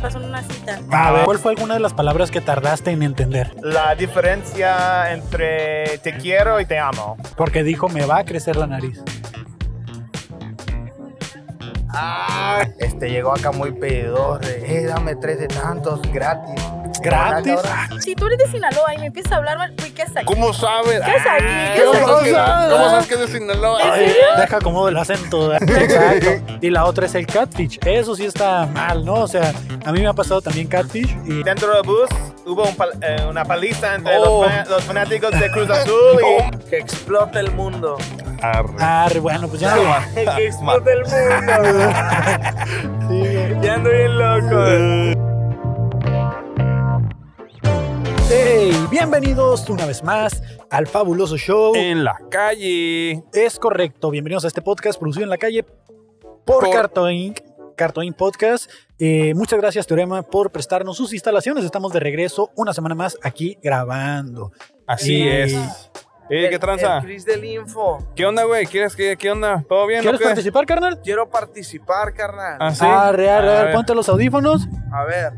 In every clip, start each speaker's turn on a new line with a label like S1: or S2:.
S1: pasó en una cita.
S2: A ver, ¿cuál fue alguna de las palabras que tardaste en entender?
S3: La diferencia entre te quiero y te amo.
S2: Porque dijo, me va a crecer la nariz.
S3: Ah, este llegó acá muy pedidor. de, Eh, dame tres de tantos gratis.
S2: ¿Gratis?
S3: Ah,
S1: Si tú eres de Sinaloa y me empiezas a hablar mal, güey, ¿qué es ahí?
S4: ¿Cómo sabes?
S1: ¿Qué es ahí? ¿Qué es
S4: ¿Cómo
S1: ahí?
S4: sabes que-
S2: ahí?
S4: ¿Cómo sabes que es de Sinaloa?
S2: Ay, deja como el acento. ¿verdad? Exacto. Y la otra es el catfish. Eso sí está mal, ¿no? O sea, a mí me ha pasado también catfish y
S3: Dentro del bus hubo un pal- eh, una paliza entre
S5: Oh.
S3: los, fa- los fanáticos de Cruz Azul y
S5: Que explota el mundo.
S4: Arre.
S2: Arre, bueno, pues ya no.
S5: que explota el mundo. ya ando bien loco.
S2: Hey, bienvenidos una vez más al fabuloso show.
S4: En la calle.
S2: Es correcto, bienvenidos a este podcast producido en la calle por,
S4: Por-
S2: Cartoon Inc. Cartoon Inc. Podcast. Eh, muchas gracias, Teorema, por prestarnos sus instalaciones. Estamos de regreso una semana más aquí grabando.
S4: Así
S2: Y-
S4: es. Eh, ¿Qué tranza?
S5: El Cris del Info.
S4: ¿Qué onda, güey? ¿Quieres que, qué onda? ¿Todo bien?
S2: ¿Quieres
S4: o qué?
S2: participar, carnal?
S5: Quiero participar, carnal.
S4: Ah, sí.
S2: Arre, arre,
S4: A
S2: arre,
S4: ver.
S2: ponte los audífonos.
S5: A ver.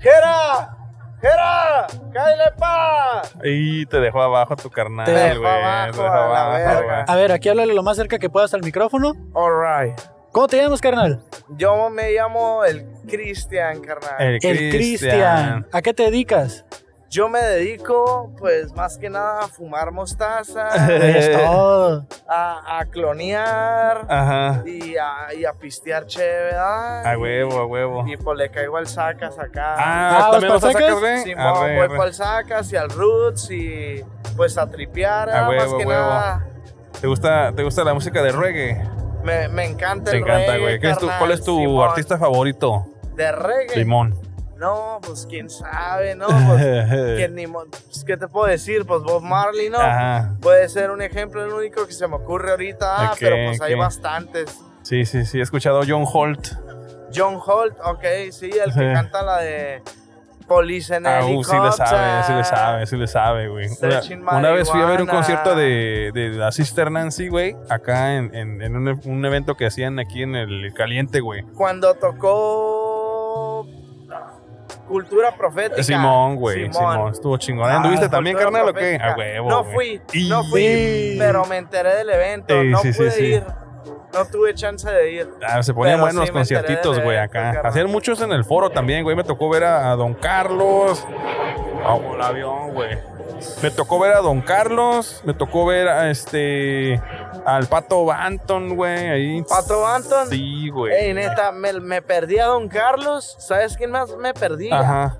S5: ¡Jera! ¡Jera! ¡Cállale pa!
S4: Y te dejó abajo tu carnal,
S2: Te
S4: güey.
S5: dejó abajo, a la verga.
S2: A ver, aquí háblale lo más cerca que puedas al micrófono.
S5: Alright.
S2: ¿Cómo te llamas, carnal?
S5: Yo me llamo el Cristian, carnal.
S4: El
S2: El Cristian.
S4: Cristian.
S2: ¿A qué te dedicas?
S5: Yo me dedico, pues, más que nada a fumar mostaza,
S2: Es
S4: Eh.
S2: todo.
S5: a, a clonear
S4: Ajá.
S5: y a, y a pistear chévere, ¿verdad?
S4: A huevo, a huevo.
S5: Y pues le caigo al sacas acá.
S4: Ah,
S2: Ah,
S4: ¿también
S2: ¿vas
S4: lo
S2: para
S4: sacas,
S2: sacas?
S4: güey?
S5: Simón,
S4: Arre,
S5: voy
S4: arre.
S5: para el sacas y al roots y pues a tripear,
S4: A
S5: ¿verdad? más
S4: huevo,
S5: que
S4: huevo.
S5: nada.
S4: ¿Te gusta, ¿Te gusta la música de reggae?
S5: Me, me encanta
S4: Te
S5: el
S4: encanta,
S5: reggae,
S4: güey. ¿Quién es tu-
S5: carnal,
S4: ¿Cuál es tu
S5: Simón.
S4: artista favorito?
S5: De reggae.
S4: Limón.
S5: No, pues quién sabe, ¿no? Pues, que ni mo- pues, ¿Qué te puedo decir? Pues Bob Marley, ¿no?
S4: Ajá.
S5: Puede ser un ejemplo, el único que se me ocurre ahorita,
S4: Ok,
S5: pero pues hay
S4: ok.
S5: bastantes.
S4: Sí, sí, sí. He escuchado John Holt.
S5: John Holt, ok, sí, el que
S4: Sí.
S5: canta la de Police en
S4: Ah, uh, sí le sabe, sí le
S5: Helicopter.
S4: sabe, sí le sabe, güey. Una,
S5: Searching
S4: una vez fui a ver un
S5: marihuana.
S4: concierto de, de la Sister Nancy, güey, acá en, en- en un, un evento que hacían aquí en el Caliente, güey.
S5: Cuando tocó Cultura Profética.
S4: Simón, güey, Simón. estuvo chingón.
S2: Ah,
S4: ¿Anduviste también,
S5: Cultura
S4: carnal, o qué?
S5: Profética.
S4: A huevo,
S5: No
S4: güey.
S5: fui, no
S4: Y-
S5: fui, pero me enteré del evento,
S4: Sí,
S5: no
S4: sí, sí,
S5: pude
S4: sí.
S5: ir, no tuve chance de ir.
S4: Ah, se ponían
S5: Pero
S4: buenos
S5: sí
S4: los
S5: me enteré
S4: conciertitos,
S5: de
S4: güey,
S5: esto,
S4: acá.
S5: carnal.
S4: Hacían muchos en el foro también, güey. Me tocó ver a, a Don Carlos. Ah, el avión, güey. Me tocó ver a Don Carlos. Me tocó ver a este. Al Pato Banton, güey. Ahí.
S5: Pato Banton.
S4: Sí, güey.
S5: Ey, neta, me, me perdí a Don Carlos. ¿Sabes quién más me perdí?
S4: Ajá.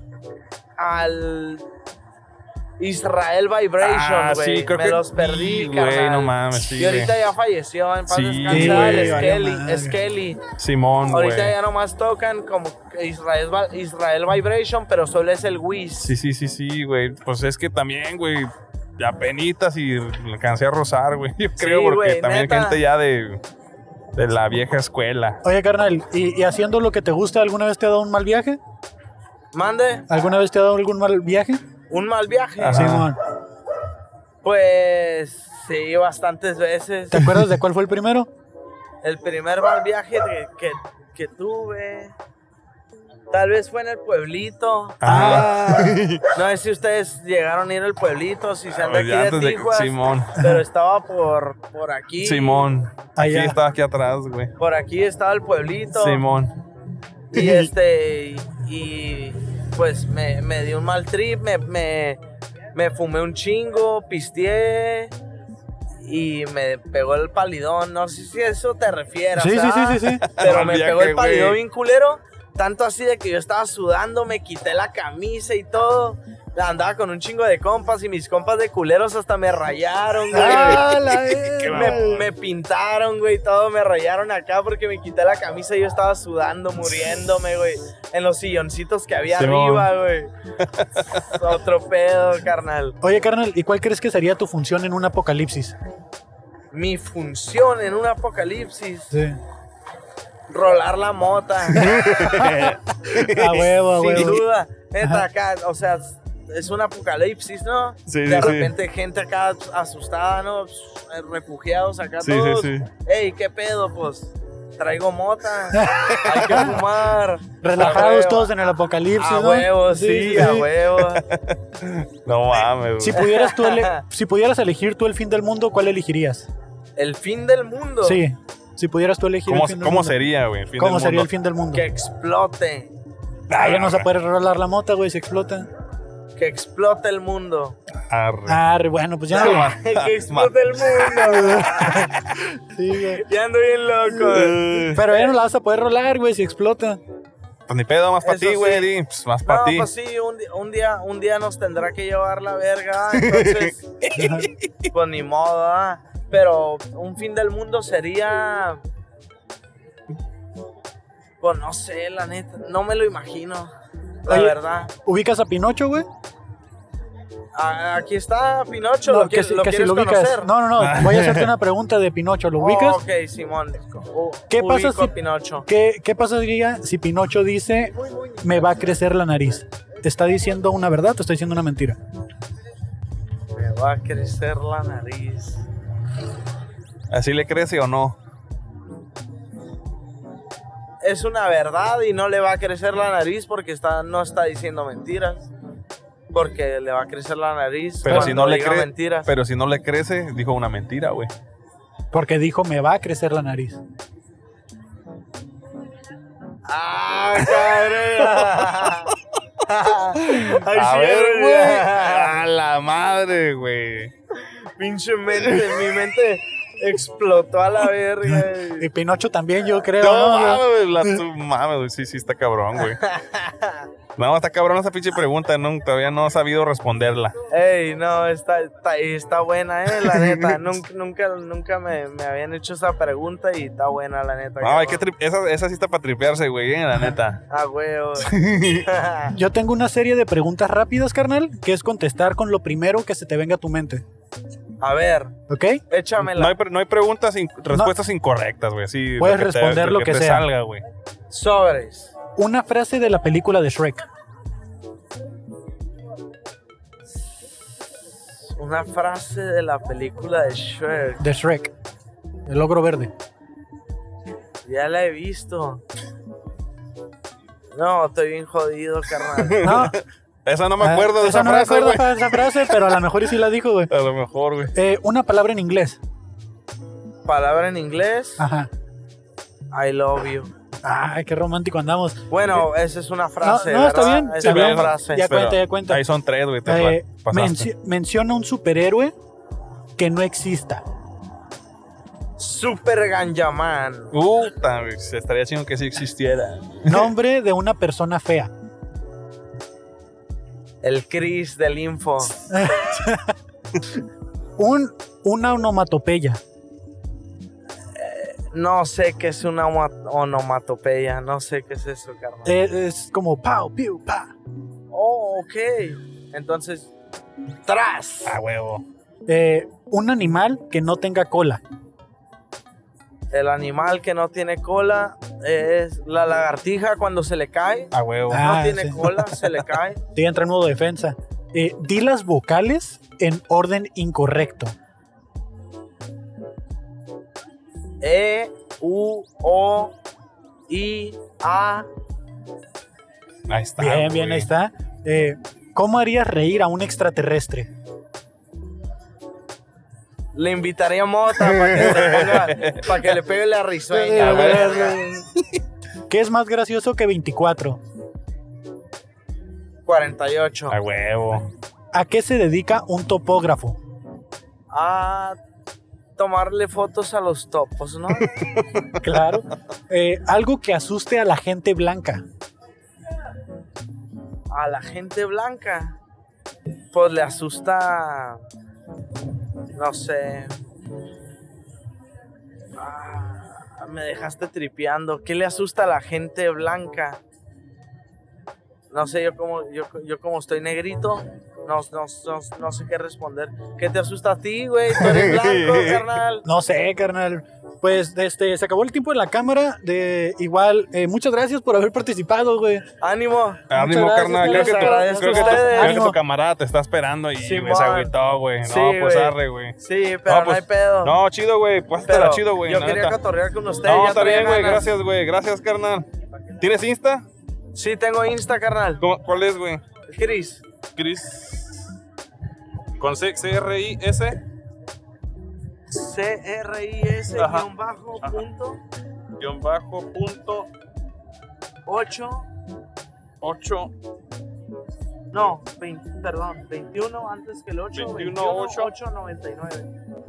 S5: Al Israel Vibration,
S4: Ah,
S5: güey.
S4: sí, creo
S5: me
S4: que-
S5: los perdí,
S4: sí, güey,
S5: carnal.
S4: no mames, sí,
S5: Y ahorita
S4: güey.
S5: ya falleció, en paz
S4: Sí,
S5: descanse,
S4: güey,
S5: el
S2: valió
S5: Skelly,
S2: madre.
S5: Skelly.
S4: Simón, güey.
S5: Ahorita ya nomás tocan como Israel, Va- Israel Vibration, pero solo es el Wiz.
S4: Sí, sí, sí, sí, güey. Pues es que también, güey. Apenitas y alcancé a rozar, güey. Yo creo, porque
S5: güey,
S4: también
S5: neta.
S4: gente ya de. De la vieja escuela.
S2: Oye, carnal, ¿y, y haciendo lo que te gusta alguna vez te ha dado un mal viaje?
S5: Mande,
S2: ¿Alguna vez te ha dado algún mal viaje?
S5: un mal viaje.
S4: Ajá.
S2: Simón,
S5: Pues sí, bastantes veces.
S2: ¿te acuerdas de cuál fue el primero?
S5: El primer mal viaje de- que, que tuve. Tal vez fue en el pueblito.
S4: Ah.
S5: No sé si ustedes llegaron a ir al pueblito, si se han de
S4: Pues ya
S5: aquí
S4: antes
S5: de
S4: de-
S5: Tijuas.
S4: Simón.
S5: Pero estaba por, por aquí.
S4: Simón. Aquí
S5: Ah,
S2: Allá.
S4: estaba aquí atrás, güey.
S5: Por aquí estaba el pueblito.
S4: Simón.
S5: Y este. Y, y, pues me, me dio un mal trip, me, me, me fumé un chingo, pisteé. Y me pegó el palidón. No sé si a eso te refieres.
S2: Sí, sí,
S5: ¿ah?
S2: sí, sí, sí.
S5: Pero
S4: Mal
S5: me
S4: viaje,
S5: pegó el palidón
S4: güey.
S5: bien culero. Tanto así de que yo estaba sudando, me quité la camisa y todo. Andaba con un chingo de compas y mis compas de culeros hasta me rayaron, güey.
S4: Ah,
S5: me, me pintaron, güey, todo. Me rayaron acá porque me quité la camisa y yo estaba sudando, muriéndome, güey. En los silloncitos que había
S4: Simón.
S5: arriba, güey. Otro pedo, carnal.
S2: Oye, carnal, ¿y cuál crees que sería tu función en un apocalipsis?
S5: Mi función en un apocalipsis,
S2: Sí.
S5: rolar la mota.
S2: A huevo, a
S5: Sin
S2: huevo.
S5: duda. Neta, acá, o sea, es un apocalipsis, ¿no?
S4: Sí,
S5: de
S4: sí, sí.
S5: repente gente acá asustada, ¿no? Refugiados acá
S4: Sí, sí,
S5: todos.
S4: sí.
S5: Ey, ¿qué pedo, pues? traigo mota, hay que fumar. A
S2: Relajados
S5: huevo.
S2: todos en el apocalipsis,
S5: A
S2: ¿no?
S5: huevo, sí, a huevo.
S4: No mames,
S2: Si
S4: güey.
S2: pudieras, tú ele- si pudieras elegir tú el fin del mundo, ¿cuál elegirías?
S5: El fin del mundo.
S2: Sí, si pudieras tú
S5: pues,
S2: elegir
S4: ¿Cómo,
S2: el fin del
S4: cómo
S2: mundo.
S4: sería, güey? el fin
S2: ¿Cómo
S4: del
S2: sería
S4: mundo?
S2: el fin del mundo?
S5: Que explote,
S2: Ah, ya no se puede rolar la mota, güey, se explota.
S5: que explote el mundo.
S4: Arre.
S2: Ah, bueno, pues ya no.
S4: Ah,
S5: que explote el mundo. güey.
S2: Sí, güey.
S5: ya ando bien loco. güey.
S4: Eh,
S2: Pero ya no la vas a poder rolar, güey, si explota.
S4: Pues ni pedo, más para
S5: Eso
S4: ti, güey.
S5: sí.
S4: di, pues, más para
S5: No,
S4: ti.
S5: pues sí, un, di- un día, un día nos tendrá que llevar la verga, entonces,
S2: Ajá.
S5: pues ni modo, ¿ah? Pero un fin del mundo sería... Pues no sé, la neta, no me lo imagino, la
S2: Oye.
S5: verdad.
S2: ¿Ubicas a Pinocho, güey?
S5: A- aquí está Pinocho,
S2: No,
S5: lo, qui- lo quieres conocer.
S2: No, no, no. Voy a hacerte una pregunta de Pinocho. ¿Lo ubicas?
S5: Oh, ok, Simón. U-
S2: ¿Qué pasa
S5: ubico a
S2: si-
S5: Pinocho?
S2: ¿Qué, ¿Qué pasaría si Pinocho dice, me va a crecer la nariz? ¿Te está diciendo una verdad o te está diciendo una mentira?
S5: Me va a crecer la nariz.
S4: ¿Así le crece o no?
S5: Es una verdad y no le va a crecer la nariz porque está, no está diciendo mentiras. Porque le va a crecer la nariz.
S4: Pero si
S5: cuando
S4: no le
S5: diga
S4: crece.
S5: mentiras.
S4: Pero si no le crece, dijo una mentira, güey.
S2: Porque dijo, me va a crecer la nariz.
S5: ¡Ah, cabrón! Ay,
S4: A
S5: sí,
S4: ver, güey.
S5: güey.
S4: A la madre, güey.
S5: Pinche mente, mi mente explotó a la verga.
S2: Y Pinocho también, yo creo.
S4: No
S2: ¿no?
S4: mames, la tu mames, güey. Sí, sí, está cabrón, güey. No, está cabrón esa pinche pregunta. No, todavía no he sabido responderla.
S5: Ey, no, está, está, está buena, eh, la neta. nunca nunca, nunca me, me habían hecho esa pregunta y está buena, la neta.
S4: No, hay que
S5: cabrón.
S4: tri- esa, esa sí está para tripearse, güey, eh, la neta.
S5: Ah, huevo.
S2: Yo tengo una serie de preguntas rápidas, carnal, que es contestar con lo primero que se te venga a tu mente.
S5: A ver,
S2: ¿Ok?
S5: échamela.
S4: No hay, pre- no hay preguntas, inc- respuestas incorrectas, güey. Sí,
S2: Puedes
S4: te-
S2: responder lo que
S4: te
S2: sea.
S4: salga, güey.
S5: Sobres.
S2: Una frase de la película de Shrek.
S5: Una frase de la película de Shrek.
S2: De Shrek. El ogro verde.
S5: Ya la he visto. No, estoy bien jodido, carnal.
S2: No, Ah,
S4: Esa no me acuerdo de
S2: esa
S4: esa,
S2: no
S4: frase,
S2: me acuerdo
S4: güey.
S2: de esa frase, pero a lo mejor y sí la dijo, güey.
S4: A lo mejor, güey.
S2: Eh, una palabra en inglés.
S5: Palabra en inglés.
S2: Ajá.
S5: I love you.
S2: Ay, qué romántico andamos.
S5: Bueno, esa es una frase.
S2: no, está
S5: ¿verdad?
S2: bien,
S5: Esa
S2: está
S5: es una
S2: bien.
S5: frase.
S2: Ya
S4: Pero
S2: cuenta, ya cuenta.
S4: Ahí son tres, güey. te
S2: Eh,
S4: pa- pasaste.
S2: menci- menciona un superhéroe que no exista.
S5: Super Ganjaman.
S4: Puta, güey, se estaría chido que sí existiera.
S2: Nombre de una persona fea.
S5: El Chris del Info.
S2: Un, una onomatopeya.
S5: No sé qué es una oma- onomatopeya. No sé qué es eso, carnal.
S2: Eh, es como pau, piu, pa.
S5: Oh, ok. Entonces, tras.
S4: A huevo.
S2: Eh, un animal que no tenga cola.
S5: El animal que no tiene cola es la lagartija cuando se le cae.
S4: A huevo.
S2: Ah,
S5: no tiene
S2: sí.
S5: cola, se le cae.
S2: Sí, entra en modo defensa. Eh, di las vocales en orden incorrecto.
S5: E, U, O, I, A.
S4: Ahí está.
S2: Bien,
S4: güey.
S2: bien, ahí está. Eh, ¿Cómo harías reír a un extraterrestre?
S5: Le invitaría mota para que, se ponga- pa' que le pegue la risueña.
S4: güey.
S2: Eh, ¿Qué es más gracioso que 24?
S5: 48.
S4: A huevo.
S2: ¿A qué se dedica un topógrafo?
S5: A tomarle fotos a los topos, ¿no?
S2: Claro. Eh, algo que asuste a la gente blanca.
S5: a la gente blanca, pues le asusta, no sé. Ah, me dejaste tripeando. ¿Qué le asusta a la gente blanca? No sé, yo como, yo, yo como estoy negrito, no, no, no, no sé qué responder. ¿Qué te asusta a ti, güey? Tú eres blanco, carnal.
S2: No sé, carnal. Pues este, se acabó el tiempo de la cámara. De, igual, eh, muchas gracias por haber participado, güey.
S5: Ánimo.
S4: Ánimo,
S2: gracias,
S4: carnal. Creo
S5: les
S4: que, tu,
S5: agradezco
S4: creo,
S5: a
S4: que tu,
S5: ustedes.
S4: creo que
S2: Ánimo.
S4: tu camarada te está esperando y
S5: Sí,
S4: güey, se
S5: man.
S4: agüitó, güey. No,
S5: Sí,
S4: pues
S5: güey.
S4: arre, güey.
S5: Sí, pero no,
S4: pues,
S5: hay pedo.
S4: No, chido, güey. Pásatela
S5: pero
S4: chido, güey.
S5: Yo
S4: la
S5: quería
S4: neta.
S5: cotorrear con ustedes.
S4: No,
S5: ya
S4: está
S5: traía
S4: bien, güey.
S5: ganas.
S4: Gracias, güey. Gracias, carnal. ¿Tienes Insta?
S5: Sí, tengo Insta, carnal.
S4: ¿Cómo- ¿Cuál es, güey?
S5: Chris.
S4: Chris. Con C, C R I S.
S5: CRIS
S4: Ajá.
S5: guión bajo
S4: Ajá.
S5: punto
S4: guión bajo punto
S5: 8.
S4: 8
S5: No, 20, perdón, 21 antes que el 8.
S4: 21,
S5: 21,
S4: ocho.
S5: 899.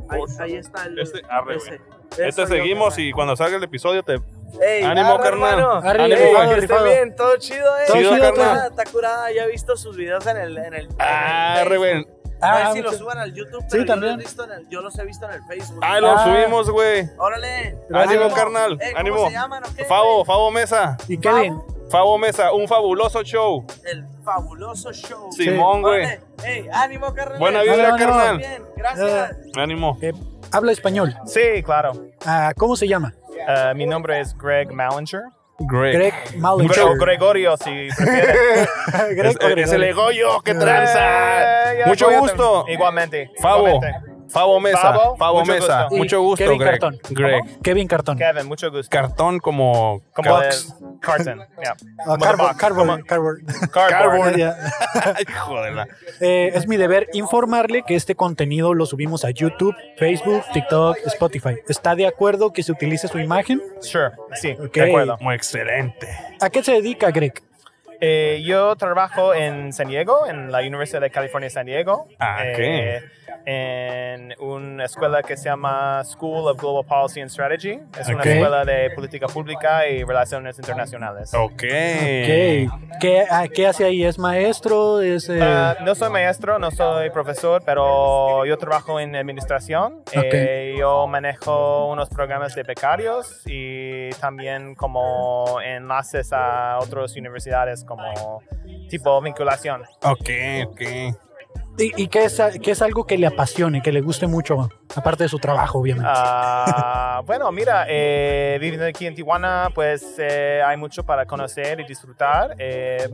S5: Ahí,
S4: Ocho.
S5: ahí está el.
S4: Este, arre,
S5: ese.
S4: güey.
S5: Ese
S4: Este
S5: soy yo,
S4: seguimos
S5: carnal.
S4: y cuando salga el episodio te
S5: Ey,
S4: Ánimo,
S5: arre,
S4: carnal.
S5: hermano.
S2: Arre,
S5: Ey,
S4: Ánimo,
S5: que
S4: güey.
S5: esté
S2: rifado.
S5: bien, todo chido, eh.
S2: Todo
S4: Chido,
S5: está
S4: carnal.
S5: curada, está curada, ya he visto sus videos en el. En el
S4: Ah,
S5: en el
S4: güey.
S5: Facebook.
S2: Ah,
S5: a ver si
S2: muchas-
S5: los suban al YouTube, pero yo,
S2: también.
S5: los he visto en el- yo los he visto en el Facebook.
S4: Ah, lo
S2: Ah.
S4: subimos, güey.
S5: Órale.
S2: Ánimo,
S4: carnal,
S5: Eh, ¿cómo
S4: ánimo.
S5: se llaman o qué,
S4: Favo,
S5: güey?
S4: Favo Mesa.
S2: Y Kevin,
S4: Favo Mesa, un fabuloso show.
S5: El fabuloso show.
S2: Sí.
S4: Simón, güey.
S5: Órale. Ey, ánimo, carnal.
S2: No,
S4: Buena vibra,
S2: no, no.
S4: carnal.
S5: Bien, gracias.
S4: Ánimo.
S2: eh, habla español.
S6: Sí, claro.
S2: Ah, ¿Cómo se llama?
S6: Eh, mi nombre es Greg Malinger.
S4: Greg.
S2: Greg Malinger.
S6: O Gregorio, si prefieres.
S2: Greg
S4: Es,
S2: o Gregorio.
S4: es el Egoyo, qué tranza.
S6: Eh, ya
S4: Mucho
S6: voy a
S4: gusto.
S6: terminar. Igualmente.
S4: Favo.
S6: igualmente.
S4: Favo Mesa.
S6: Favo,
S4: Favo
S6: mucho
S4: Mesa.
S6: gusto.
S2: Y
S4: este. Mucho gusto,
S2: Kevin
S4: Greg.
S2: Cartón.
S4: Greg.
S2: Kevin Cartón.
S6: Kevin, mucho gusto.
S4: Cartón como.
S6: Como de
S4: Cartón.
S6: carton. yeah.
S2: Ah,
S6: Como de
S2: cardboard,
S6: box.
S2: cardboard, cardboard.
S6: Cardboard.
S2: Ya.
S4: Ay, joderla.
S2: Eh, es mi deber informarle que este contenido lo subimos a YouTube, Facebook, TikTok, Spotify. ¿Está de acuerdo que se utilice su imagen?
S6: Sure. Sí,
S2: Ok.
S6: de acuerdo.
S4: Muy excelente.
S2: ¿A qué se dedica Greg?
S6: Eh, yo trabajo en San Diego, en la Universidad de California, San Diego.
S4: Ah,
S6: Eh, en una escuela que se llama School of Global Policy and Strategy. Es una
S2: Ok.
S6: escuela de política pública y relaciones internacionales.
S4: Ok. Eh.
S2: ¿Qué, ¿Qué, ah, ¿Qué hace ahí? ¿Es maestro? ¿Es, eh,
S6: Ah, no soy maestro, no soy profesor, pero yo trabajo en administración. Eh, yo manejo unos programas de becarios y también como enlaces a otras universidades como tipo vinculación.
S4: Ok, ok.
S2: ¿Y, y qué, es, qué es algo que le apasione, que le guste mucho, aparte de su trabajo, obviamente?
S6: Ah, bueno, mira, eh, viviendo aquí en Tijuana, pues eh, hay mucho para conocer y disfrutar. Eh,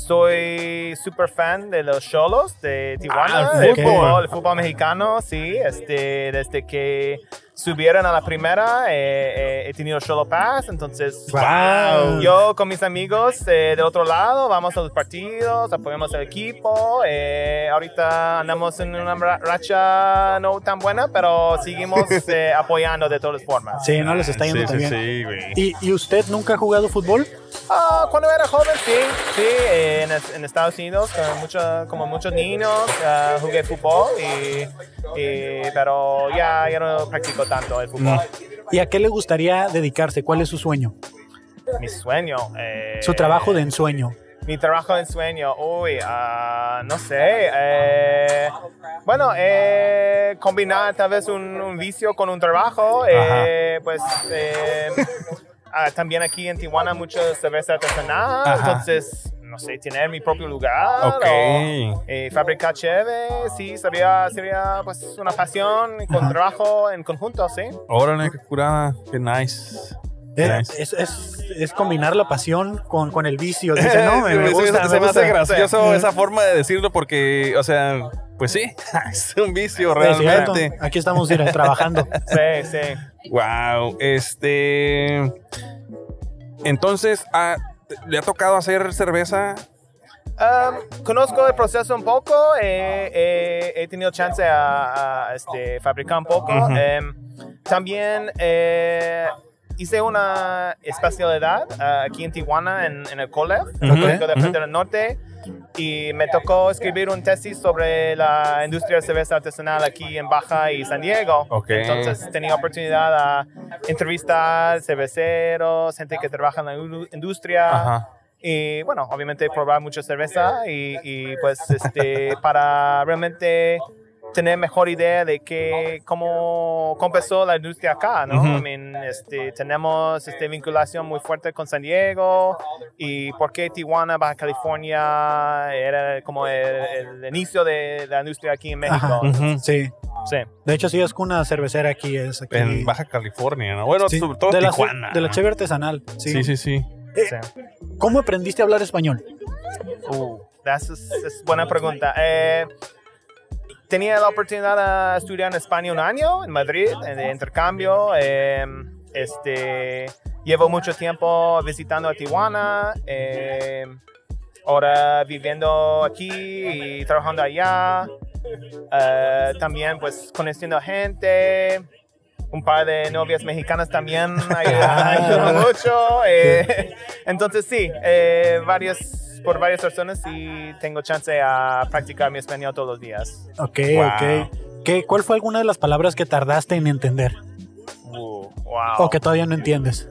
S6: soy súper fan de los Cholos de Tijuana,
S4: Ah,
S6: del
S2: ok.
S6: fútbol, el fútbol mexicano, sí. Este, desde que subieron a la primera, eh, eh, he tenido Cholo Pass, entonces
S2: Wow.
S6: yo con mis amigos eh, del otro lado vamos a los partidos, apoyamos al equipo. eh, ahorita andamos en una ra- racha no tan buena, pero seguimos eh, apoyando de todas formas.
S2: Sí, no les está yendo
S4: Sí,
S2: tan
S4: sí,
S2: bien.
S4: sí, güey.
S2: ¿Y, y usted nunca ha jugado fútbol?
S6: Ah, cuando era joven, sí, sí, eh, en, es- en Estados Unidos, con mucho- como muchos niños, ah, jugué fútbol, y, y- pero ya, ya no practico tanto el fútbol.
S2: ¿Y a qué le gustaría dedicarse? ¿Cuál es su sueño?
S6: Mi sueño. eh,
S2: Su trabajo de ensueño.
S6: Mi trabajo en sueño, uy, ah, no sé. eh, bueno, eh, combinar tal vez un, un vicio con un trabajo, eh, pues eh, ah, también aquí en Tijuana mucho cerveza artesanal,
S4: Ajá.
S6: entonces, no sé, tener mi propio lugar.
S4: Ok.
S6: o, eh, fabricar cheve, sí, sería, sería pues una pasión con trabajo en conjunto, sí.
S4: Órale, qué curada. Qué nice.
S2: Eh,
S4: Nice.
S2: Es, es- es combinar la pasión con, con el vicio. Dice, no, me, me
S4: Sí,
S2: gusta,
S4: se,
S2: me
S4: me hace
S2: gusta.
S4: gracioso esa forma de decirlo porque, o sea, pues sí, es un vicio
S2: Es cierto,
S4: realmente.
S2: Aquí estamos mira, trabajando.
S6: Sí, sí.
S4: Wow, este. Entonces, ah, ¿le ha tocado hacer cerveza?
S6: Um, conozco el proceso un poco, eh, eh, he tenido chance a, a, este, fabricar un poco.
S4: Ujú.
S6: Em, también eh, hice una especialidad ah, aquí en Tijuana, en, en el COLEF, el
S4: Ujú,
S6: Colegio de
S4: ujú.
S6: Frontera Norte, y me tocó escribir un tesis sobre la industria de cerveza artesanal aquí en Baja y San Diego.
S4: Ok.
S6: Entonces tenía oportunidad a entrevistar cerveceros, gente que trabaja en la indu- industria.
S4: Ajá.
S6: Y bueno, obviamente probar mucha cerveza y, y, pues este, para realmente tener mejor idea de que, cómo cómo empezó la industria acá, ¿no?
S4: Ujú.
S6: I mean, este, tenemos este, vinculación muy fuerte con San Diego y por qué Tijuana, Baja California era como el, el inicio de la industria aquí en México.
S2: Ajá.
S4: Ujú.
S2: Sí.
S6: Sí.
S2: De hecho, sí es que una cervecera aquí es aquí.
S4: En Baja California, ¿no? Bueno,
S2: Sí,
S4: sobre todo
S2: de la,
S4: Tijuana.
S2: de la cheve artesanal. Sí.
S4: Sí, sí, sí.
S6: sí.
S2: ¿Cómo aprendiste a hablar español?
S6: Uh, that's- es, es buena pregunta. Eh, tenía la oportunidad de estudiar en España un año en Madrid, en el intercambio. eh, este, llevo mucho tiempo visitando a Tijuana. eh, ahora viviendo aquí y trabajando allá. Eh, también pues conociendo gente. Un par de novias mexicanas también ayudan mucho. eh, entonces sí, eh, varias, por varias razones sí tengo chance a practicar mi español todos los días.
S2: Ok,
S4: Wow.
S2: ok. ¿Qué, ¿Cuál fue alguna de las palabras que tardaste en entender
S6: Uh, Wow.
S4: Ah.
S2: o que todavía no entiendes?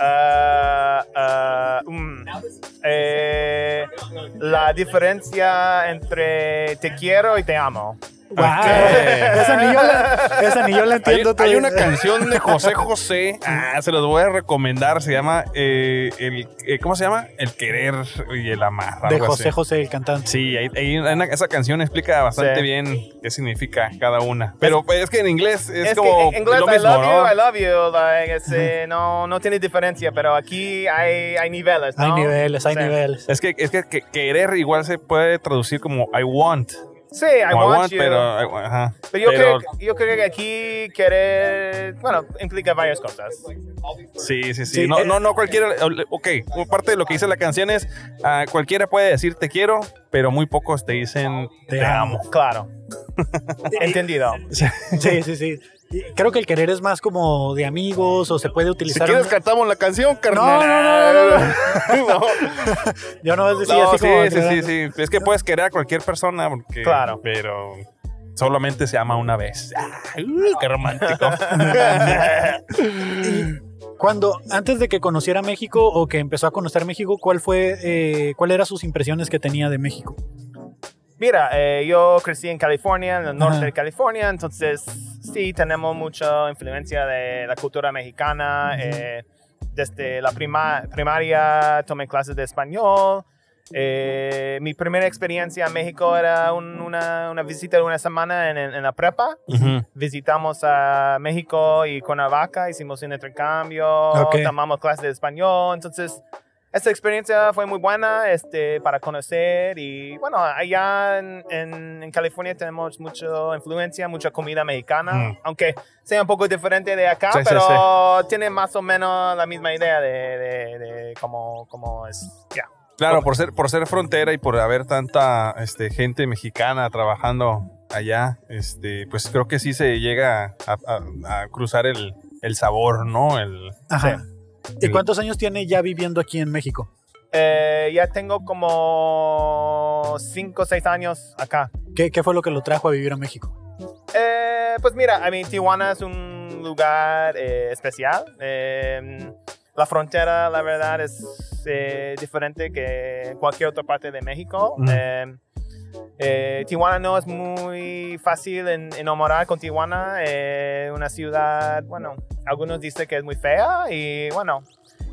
S6: Ah, ah, mm. Eh, la diferencia entre te quiero y te amo.
S2: Wow. Esa, ni yo la, esa ni yo la
S4: Hay,
S2: entiendo.
S4: hay
S2: todavía.
S4: una canción de José José, ah, se los voy a recomendar, se llama, eh, el, eh, ¿cómo se llama? El querer y el amar.
S2: de
S4: algo así.
S2: José José, el cantante.
S4: Sí, ahí- ahí hay una- esa canción explica bastante
S6: Sí.
S4: bien qué significa cada una. Pero pues, es, que en inglés es,
S6: Es,
S4: como
S6: que en inglés
S4: lo
S6: I
S4: mismo,
S6: love
S4: ¿no?
S6: you, I love you. like, es, eh, no, no tiene diferencia, pero aquí hay, hay niveles. ¿no?
S2: Hay niveles, hay
S6: Sí.
S2: niveles.
S4: Es que, es que, que querer igual se puede traducir como I want.
S6: Sí, I,
S4: Como
S6: want, you.
S4: pero, I- ajá.
S6: Pero yo,
S4: Pero-
S6: creo, yo creo que aquí querer, bueno, implica varias cosas.
S4: Sí, sí, sí.
S2: Sí,
S4: no,
S2: eh.
S4: no, no, cualquiera. Ok, parte de lo que dice la canción es: ah, cualquiera puede decir te quiero, pero muy pocos te dicen
S2: Te
S4: te amo.
S6: Claro. Entendido.
S2: Sí, sí, sí. Y Creo que el querer es más como de amigos o se puede
S4: Si
S2: utilizar.
S4: quieres,
S2: un-
S4: cantamos la canción,
S2: no,
S4: carnal.
S2: no, no, no, no.
S4: No,
S2: Yo no decía
S4: no,
S2: así
S4: sí,
S2: como.
S4: sí, sí, sí. Es que puedes querer a cualquier persona, porque,
S6: Claro.
S4: pero solamente se ama una vez. Ah, uh, ¡Qué romántico!
S2: Cuando, antes de que conociera México o que empezó a conocer México, ¿cuál fue, eh, cuál eran sus impresiones que tenía de México?
S6: Mira, eh, yo crecí en California, en el norte
S2: Ajá.
S6: de California, entonces sí tenemos mucha influencia de la cultura mexicana. eh, desde la prima- primaria tomé clases de español. eh, mi primera experiencia en México era un- una, una visita de una semana en, en- en la prepa.
S4: Ujú.
S6: Visitamos a México y Cuernavaca, hicimos un intercambio,
S2: Ok.
S6: tomamos clases de español, entonces esta experiencia fue muy buena este, para conocer y bueno, allá en, en- en California tenemos mucha influencia, mucha comida mexicana,
S4: Mm.
S6: aunque sea un poco diferente de acá,
S4: Sí, sí,
S6: pero tiene más o menos la misma idea de, de- de cómo, cómo es. ya.
S4: Claro, por ser, por ser frontera y por haber tanta este, gente mexicana trabajando allá, este, pues creo que sí se llega a, a- a cruzar el, el sabor, ¿no? El,
S2: Ajá. ¿Y
S4: Sí.
S2: cuántos años tiene ya viviendo aquí en México?
S6: Eh, ya tengo como 5 o 6 años acá.
S2: ¿Qué, qué fue lo que lo trajo a vivir a México?
S6: Eh, pues mira, a mí Tijuana es un lugar eh, especial. Eh, la frontera, la verdad, es eh, diferente que cualquier otra parte de México.
S4: Mm.
S6: Eh, eh, Tijuana no es muy fácil en, enamorar con Tijuana. eh, una ciudad, bueno, algunos dicen que es muy fea y bueno.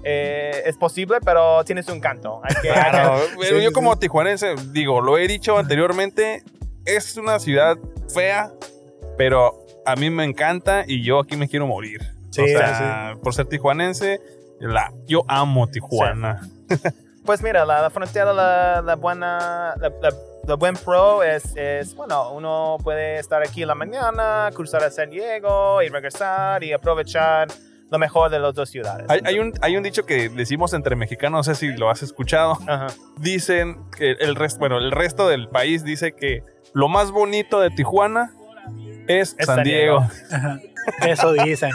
S6: eh, es posible, pero tienes un canto. Hay que, hay que-
S4: Claro, pero
S2: sí,
S4: yo
S2: sí.
S4: como tijuanense, digo, lo he dicho anteriormente, es una ciudad fea, pero a mí me encanta y yo aquí me quiero morir.
S2: Sí,
S4: o sea, por ser tijuanense, la, yo amo Tijuana.
S6: Pues mira, la, la frontera, la, la buena, la, la- la buen pro es, es, bueno, uno puede estar aquí en la mañana, cruzar a San Diego y regresar y aprovechar lo mejor de las dos ciudades.
S4: Hay, hay un, hay un dicho que decimos entre mexicanos, no sé si lo has escuchado.
S6: Ajá.
S4: Dicen que el resto, bueno, el resto del país dice que lo más bonito de Tijuana es,
S6: Es
S4: San
S6: San
S4: Diego.
S6: Diego.
S2: Ajá. Eso dicen.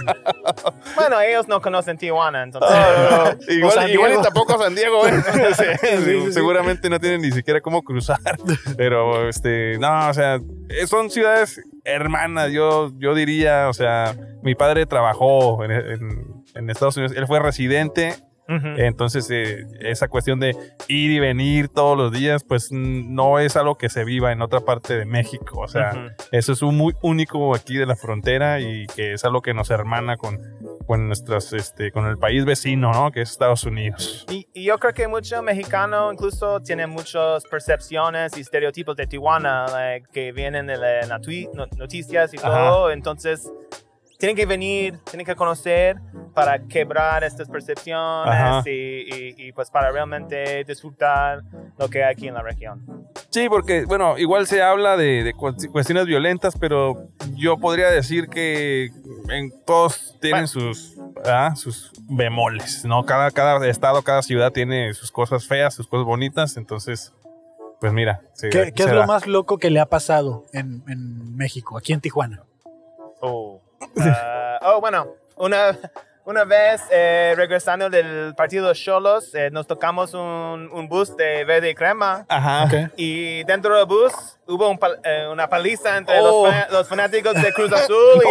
S6: Bueno, ellos no conocen Tijuana, entonces.
S4: Ah. Igual,
S2: O San
S4: igual y
S2: Diego.
S4: tampoco San Diego, ¿eh? Sí,
S2: sí, sí.
S4: seguramente no tienen ni siquiera cómo cruzar. Pero, este, no, o sea, eh, son ciudades hermanas, yo, yo diría, o sea, mi padre trabajó en, en- en Estados Unidos, él fue residente
S6: Ujú.
S4: Entonces, eh, esa cuestión de ir y venir todos los días, pues mm, no es algo que se viva en otra parte de México. O sea,
S6: Ujú.
S4: eso es un muy único aquí de la frontera y que es algo que nos hermana con, con, nuestras, este, con el país vecino, ¿no? Que es Estados Unidos.
S6: Y, y yo creo que mucho mexicano incluso tiene muchas percepciones y estereotipos de Tijuana like, que vienen de las natu- no- noticias y
S4: Ajá.
S6: todo. Entonces, tienen que venir, tienen que conocer para quebrar estas
S4: Ajá.
S6: percepciones y, y- y, pues para realmente disfrutar lo que hay aquí en la región.
S4: Sí, porque, bueno, igual se habla de, de cu- cuestiones violentas, pero yo podría decir que en, todos tienen
S6: Bueno.
S4: sus, ¿verdad? sus bemoles, ¿no? Cada, cada estado, cada ciudad tiene sus cosas feas, sus cosas bonitas, entonces, pues mira. se-
S2: ¿Qué,
S4: aquí
S2: qué es
S4: se
S2: lo
S4: da.
S2: más loco que le ha pasado en, en México, aquí en Tijuana?
S6: Oh, Ah, oh, bueno, una, una vez eh, regresando del partido de Cholos, eh, nos tocamos un, un bus de verde y crema.
S4: Ajá.
S6: Y dentro del bus hubo un pal- eh, una paliza entre
S4: Oh.
S6: los, fa- los fanáticos de Cruz Azul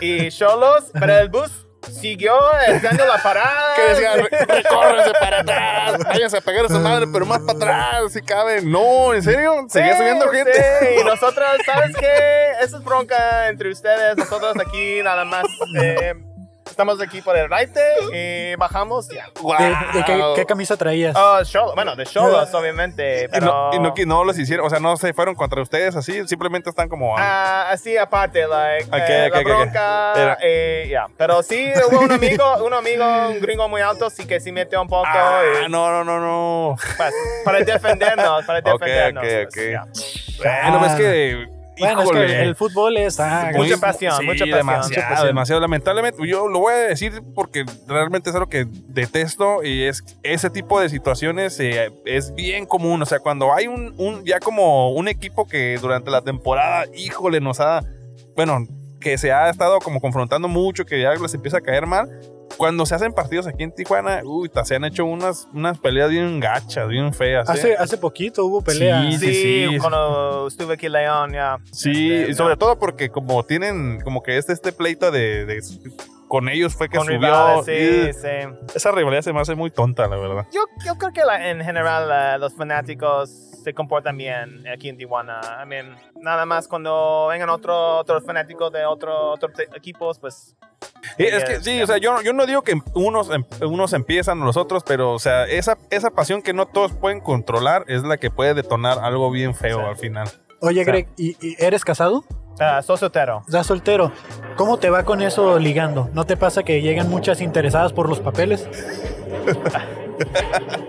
S6: y, y Cholos, pero el bus siguió haciendo la parada.
S4: que decían, recórrense para atrás, váyanse a pegar a su madre, pero más para atrás, si cabe. No, ¿en serio?
S6: Sí,
S4: Seguía subiendo
S6: sí,
S4: gente.
S6: Y nosotros, ¿sabes qué? Eso es bronca entre ustedes. Nosotros aquí nada más eh, estamos aquí por el raite y bajamos. ya.
S2: ¿De, de qué, qué camisa traías?
S4: Ah,
S6: Oh, Cholos, bueno, de Cholos, obviamente.
S4: Y
S6: Pero...
S4: no, y no, que no los hicieron, o sea, no se fueron contra ustedes así, simplemente están como. ah,
S6: Ah, así aparte, like,
S4: Ok,
S6: eh,
S4: ok,
S6: la
S4: ok, ok.
S6: bronca,
S4: Era-
S6: eh, ya. Pero sí, hubo un amigo, un amigo, un gringo muy alto, sí que sí metió un poco
S4: ah,
S6: y,
S4: no, no, no, no.
S6: pues, para defendernos, para
S4: Ok,
S6: defendernos.
S4: ok,
S6: pues,
S4: ok.
S6: ya.
S4: Ah, no, es que.
S2: Ah, bueno, es que
S4: híjole.
S2: el, el fútbol es... ah,
S6: Mucha
S4: Muy-
S6: pasión,
S4: sí,
S6: mucha pasión,
S4: demasiado,
S6: mucha pasión.
S4: demasiado. Lamentablemente, yo lo voy a decir porque realmente es algo que detesto y es ese tipo de situaciones eh, es bien común. O sea, cuando hay un, un- ya como un equipo que durante la temporada, híjole, nos ha, bueno, que se ha estado como confrontando mucho, que ya les empieza a caer mal. Cuando se hacen partidos aquí en Tijuana, uy, ta, se han hecho unas, unas peleas bien gachas, bien feas. ¿eh?
S2: hace, hace poquito hubo pelea.
S4: Sí,
S6: Sí,
S4: sí.
S6: cuando estuve aquí en León, ya.
S4: Sí,
S6: Este,
S4: y sobre
S6: no.
S4: todo porque como tienen, como que este, este pleito de, de- con ellos fue que
S6: Con
S4: subió.
S6: rivales,
S4: y
S6: sí, sí.
S4: Esa rivalidad se me hace muy tonta, la verdad.
S6: Yo, yo creo que la- en general eh, los fanáticos se comportan bien aquí en Tijuana. I mean, nada más cuando vengan otro- otros fanáticos de otro- otros te- equipos, pues...
S4: Y es que sí, o sea, yo, yo no digo que unos, em- unos empiezan los otros, pero o sea, esa, esa pasión que no todos pueden controlar es la que puede detonar algo bien feo
S6: Sí.
S4: al final.
S2: Oye, Greg, ¿y, y eres casado?
S6: ah, sociotero.
S2: ¿Estás soltero? ¿Cómo te va con eso ligando? ¿No te pasa que llegan muchas interesadas por los papeles?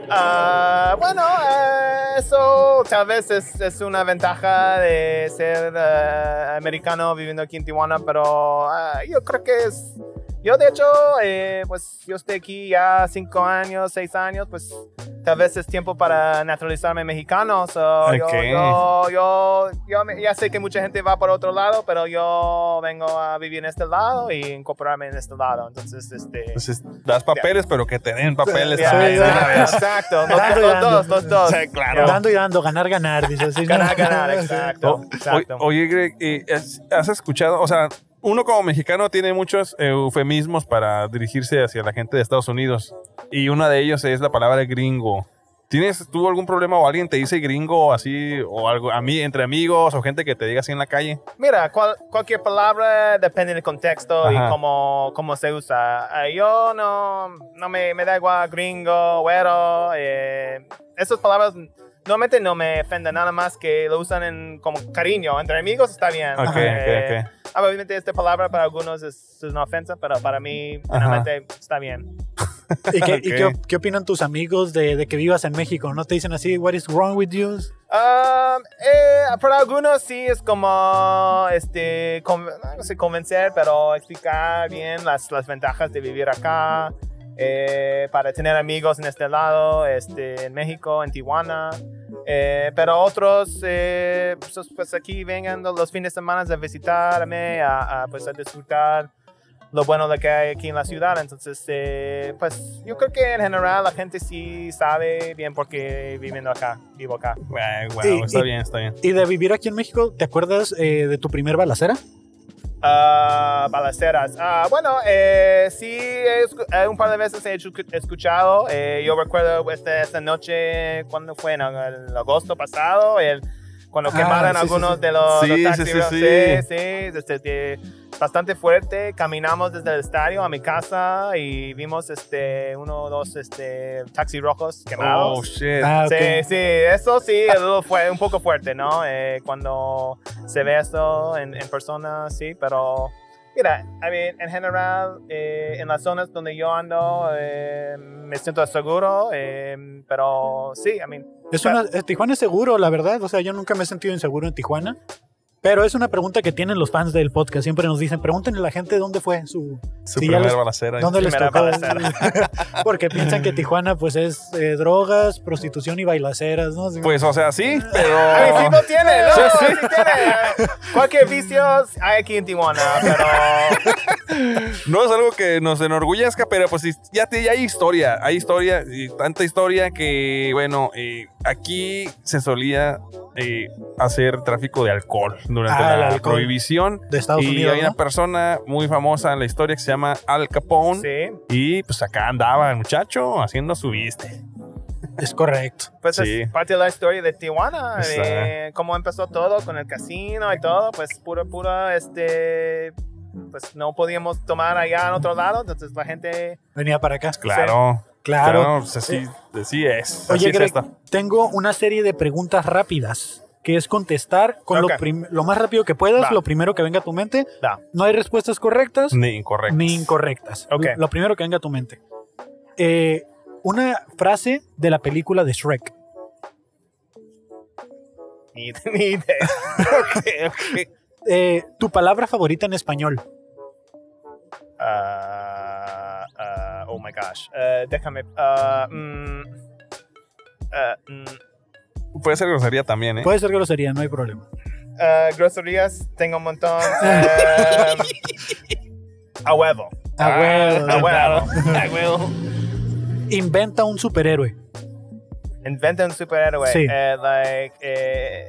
S6: Ah, bueno, eh, eso tal vez es, es una ventaja de ser eh, americano viviendo aquí en Tijuana, pero ah, yo creo que es... Yo de hecho, eh, pues yo estoy aquí ya cinco años, seis años, pues tal vez es tiempo para naturalizarme mexicano. So, yo-
S4: Ok.
S6: yo, yo, yo me- ya sé que mucha gente va por otro lado, pero yo vengo a vivir en este lado y incorporarme en este lado. Entonces, este...
S4: Entonces, das papeles, pero que te den papeles
S6: Ya,
S4: también.
S2: sí,
S4: de
S2: ya.
S4: una vez.
S6: Exacto,
S2: Dando
S6: los,
S2: y
S6: los
S2: dando.
S6: dos, los dos.
S4: Sí, claro.
S2: Dando y dando, ganar, ganar, dices. sí, Oh,
S6: Ganar,
S2: ¿no?
S6: ganar, exacto.
S4: O-
S6: exacto.
S4: o- oye, Greg, eh, ¿has, has escuchado? O sea, uno como mexicano tiene muchos eufemismos para dirigirse hacia la gente de Estados Unidos. Y una de ellos es la palabra gringo. ¿Tienes tú algún problema o alguien te dice gringo así o algo a mí entre amigos o gente que te diga así en la calle?
S6: Mira, cual- cualquier palabra depende del contexto
S4: Ajá.
S6: y cómo, cómo se usa. Eh, yo no, no me, me da igual gringo, güero. eh, esas palabras normalmente no me ofenden nada más que lo usan en, como cariño. Entre amigos está bien.
S4: Ok, ok,
S6: Eh,
S4: ok.
S6: Obviamente esta palabra para algunos es, es una ofensa, pero para mí
S4: Ajá.
S6: realmente está bien.
S2: ¿Y, qué, y
S4: Ok.
S2: qué op- qué opinan tus amigos de, de que vivas en México? ¿No te dicen así, what is wrong with you?
S6: Um, eh, para algunos sí es como este, con- no sé, convencer, pero explicar bien las, las ventajas de vivir acá, eh, para tener amigos en este lado, este, en México, en Tijuana. Eh, pero otros, eh, pues, pues aquí vengan los fines de semana a visitarme, a, a, pues, a disfrutar lo bueno de que hay aquí en la ciudad. Entonces, eh, pues yo creo que en general la gente sí sabe bien por qué viviendo acá, vivo acá.
S4: Ay, wow,
S2: Y-
S4: está
S2: y-
S4: bien, está bien.
S2: ¿Y de vivir aquí en México, te acuerdas eh, de tu primer balacera?
S6: Ah, balaceras. Ah, bueno, eh, sí, he escu- eh, un par de veces he escu- escuchado. eh, yo recuerdo este- esta noche, cuando fue? En ag- el agosto pasado, el, cuando
S2: Ah,
S6: quemaron
S2: sí, sí,
S6: algunos
S2: sí.
S6: de los,
S4: Sí,
S6: los
S4: sí,
S6: taxis,
S4: sí,
S6: ¿no?
S4: sí.
S6: sí, este, que bastante fuerte. Caminamos desde el estadio a mi casa y vimos este, uno o dos este, taxis rojos quemados.
S4: Oh, shit.
S2: Ah,
S6: Sí,
S2: ok.
S6: sí, eso sí, eso fue un poco fuerte, ¿no? Eh, cuando se ve esto en, en persona, sí, pero mira, I mean, en general, eh, en las zonas donde yo ando, eh, me siento seguro, eh, pero sí, I mean,
S2: Es una- eh, Tijuana es seguro, la verdad. O sea, yo nunca me he sentido inseguro en Tijuana. Pero es una pregunta que tienen los fans del podcast. Siempre nos dicen, pregúntenle a la gente dónde fue su...
S4: Su
S2: sí, ya
S4: primer
S2: los-
S4: balacera.
S2: ¿Dónde les
S6: primera
S2: tocó? Porque piensan que Tijuana pues es eh, drogas, prostitución y bailaceras, ¿no? Así-
S4: Pues, o sea, sí, pero...
S6: I mean, sí no tiene, no,
S4: Sí,
S6: sí,
S4: sí.
S6: tiene. eh, Cualquier vicio hay aquí en Tijuana, pero
S4: No es algo que nos enorgullezca, pero pues sí, ya, te- ya hay historia, hay historia, y tanta historia que, bueno, eh, aquí se solía eh, hacer tráfico de alcohol durante
S2: Ah, el
S4: la
S2: alcohol.
S4: prohibición.
S2: de Estados
S4: y
S2: Unidos,
S4: hay una
S2: ¿no?
S4: persona muy famosa en la historia que se llama Al Capone.
S6: sí,
S4: Y pues acá andaba el muchacho haciendo su viste.
S2: Es correcto.
S6: pues
S4: Sí.
S6: es parte de la historia de Tijuana,
S4: Está.
S6: de cómo empezó todo con el casino y todo, pues pura, pura, este, pues no podíamos tomar allá en otro lado, entonces la gente,
S2: Venía para acá.
S4: Claro, claro,
S2: Claro.
S4: pues así, así es. así
S2: Oye,
S4: es
S2: Greg,
S4: esta.
S2: tengo una serie de preguntas rápidas que es contestar con
S6: Ok.
S2: lo, prim- lo más rápido que puedas,
S6: Va.
S2: lo primero que venga a tu mente.
S6: Va.
S2: No hay respuestas correctas
S4: Ni incorrecto.
S2: ni incorrectas.
S6: Ok.
S2: Lo primero que venga a tu mente. Eh, una frase de la película de Shrek.
S6: ni, ni idea.
S2: Eh, tu palabra favorita en español.
S6: Ah, ah, oh my gosh, Ah, déjame, ah, mm, ah, mm,
S4: Puede ser grosería también, ¿eh?
S2: Puede ser grosería, no hay problema.
S6: ah, groserías, tengo un montón. Ah, a huevo.
S2: A Ah, huevo.
S6: A huevo. A huevo.
S2: Inventa un superhéroe.
S6: Inventa un superhéroe.
S2: Sí.
S6: Eh, like, eh,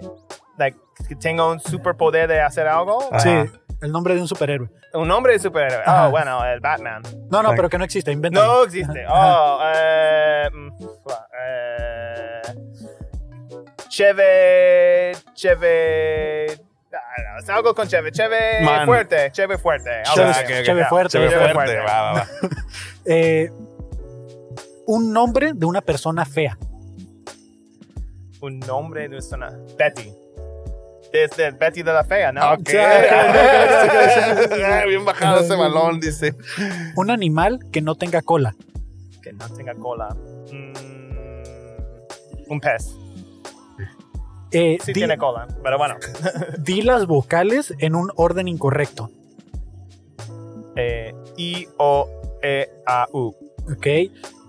S6: like, que tenga un superpoder de hacer algo.
S4: Ajá.
S2: Sí, el nombre de un superhéroe.
S6: Un hombre de superhéroe.
S2: Ajá.
S6: Oh, bueno, el Batman.
S2: No, no,
S4: Like-
S2: pero que no existe. Inventa.
S6: No existe. Oh, eh, mm, fua, eh, cheve. Cheve. ah, no, es algo con cheve. Cheve
S4: Man.
S6: fuerte. Cheve fuerte. algo
S2: Cheve-
S6: así.
S2: cheve
S6: Ya,
S2: fuerte.
S4: Se ve
S2: Cheve
S4: fuerte, va, va, va.
S2: Eh, un nombre de una persona fea.
S6: Un nombre de una. Betty. Desde Betty de la Fea, ¿no?
S4: Ok. Ah, Bien bajado ese balón, dice.
S2: Un animal que no tenga cola.
S6: que no tenga cola. Mm, un pez.
S2: Eh,
S6: Sí
S2: di,
S6: tiene cola, pero bueno.
S2: di las vocales en un orden incorrecto.
S6: Eh, I, O, E, A, U.
S2: ¿Ok?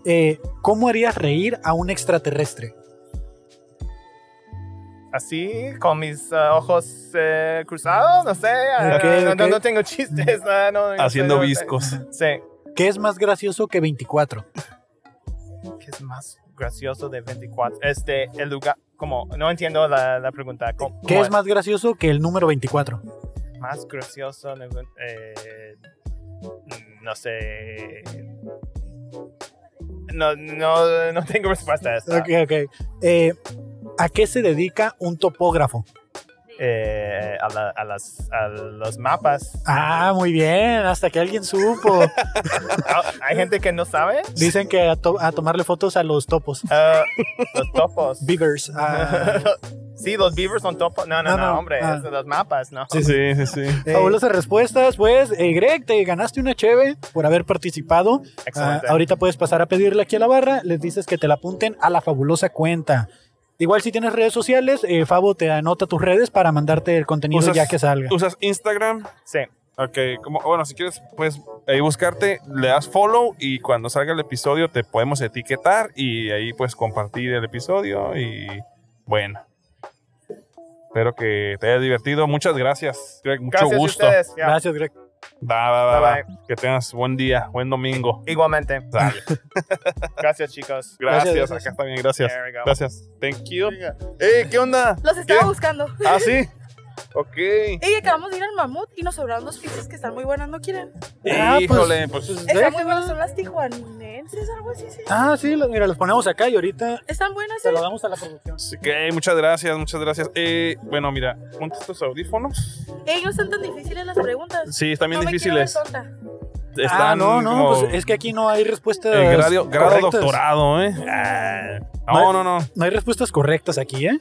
S2: Eh, ¿Cómo harías reír a un extraterrestre?
S6: Así, con mis eh, ojos eh, cruzados, no sé. eh,
S2: Ok,
S6: no, no-
S2: ok.
S6: no tengo chistes. eh, no- no
S4: Haciendo
S6: sé, no sé.
S4: viscos.
S6: Sí.
S2: ¿Qué es más gracioso que 24?
S6: ¿Qué es más gracioso de 24? Este, el lugar. Como, no entiendo la, la pregunta. ¿Cómo-
S2: ¿Qué
S6: cómo
S2: es más gracioso que el número 24?
S6: más gracioso? en el- eh, no sé. No, no, no tengo respuesta a esta.
S2: Ok, ok. Eh, ¿A qué se dedica un topógrafo?
S6: eh, a, la- a las, a los mapas.
S2: Ah, muy bien, hasta que alguien supo.
S6: Ah, Hay gente que no sabe.
S2: Dicen que a, to- a tomarle fotos a los topos.
S6: Ah, los topos.
S2: Beavers. ah.
S6: sí, los beavers son topos. No, no,
S2: No,
S6: no,
S2: no,
S6: hombre.
S2: ah.
S6: es de los mapas, ¿no?
S4: Sí, sí, sí, sí.
S2: Eh, Fabulosas respuestas, pues. Eh, Greg, te ganaste una cheve por haber participado. Ah,
S6: Excelente.
S2: ahorita puedes pasar a pedirle aquí a la barra. Les dices que te la apunten a la fabulosa cuenta. Igual si tienes redes sociales, eh, Fabo te anota tus redes para mandarte el contenido
S4: Usas-
S2: ya que salga.
S4: ¿Usas Instagram?
S6: Sí.
S4: Ok, como, bueno, si quieres, pues ahí buscarte, le das follow y cuando salga el episodio te podemos etiquetar y ahí pues compartir el episodio y bueno. Espero que te haya divertido. Muchas gracias, Greg. Mucho
S6: Gracias a
S4: gusto.
S6: ustedes. ya.
S2: Gracias, Greg.
S4: Va, va, va,
S6: Bye,
S4: va. Que tengas buen día, buen domingo.
S6: Igualmente.
S4: Sale.
S6: Gracias, chicos.
S2: Gracias,
S4: Gracias,
S2: gracias.
S4: acá está bien, gracias.
S6: There we go.
S4: Gracias. Thank you. ¡Ey, qué onda!
S1: Los estaba
S4: ¿Qué?
S1: buscando.
S4: ¿Ah, sí? Ok.
S1: Y acabamos de ir al mamut y nos sobraron dos pizzas que están muy buenas, ¿no quieren?
S2: Ah, pues-
S4: Híjole, pues,
S1: Están muy buenas, son las tijuanenses, algo así, sí.
S2: Ah, sí, lo- mira, los ponemos acá y ahorita
S1: Están buenas,
S2: se
S1: ¿eh?
S2: lo damos a la producción.
S4: Así que muchas gracias, muchas gracias. Eh, bueno, mira, ponte estos audífonos.
S1: Ey, no están tan difíciles las preguntas.
S4: Sí, están bien
S1: no
S4: difíciles.
S1: Me quiero ver tonta.
S4: Están
S2: ah, no, no,
S4: como
S2: pues es que aquí no hay respuestas.
S4: el grado, grado
S2: correctas.
S4: doctorado, ¿eh? Ah, no, no, no.
S2: No hay respuestas correctas aquí, ¿eh?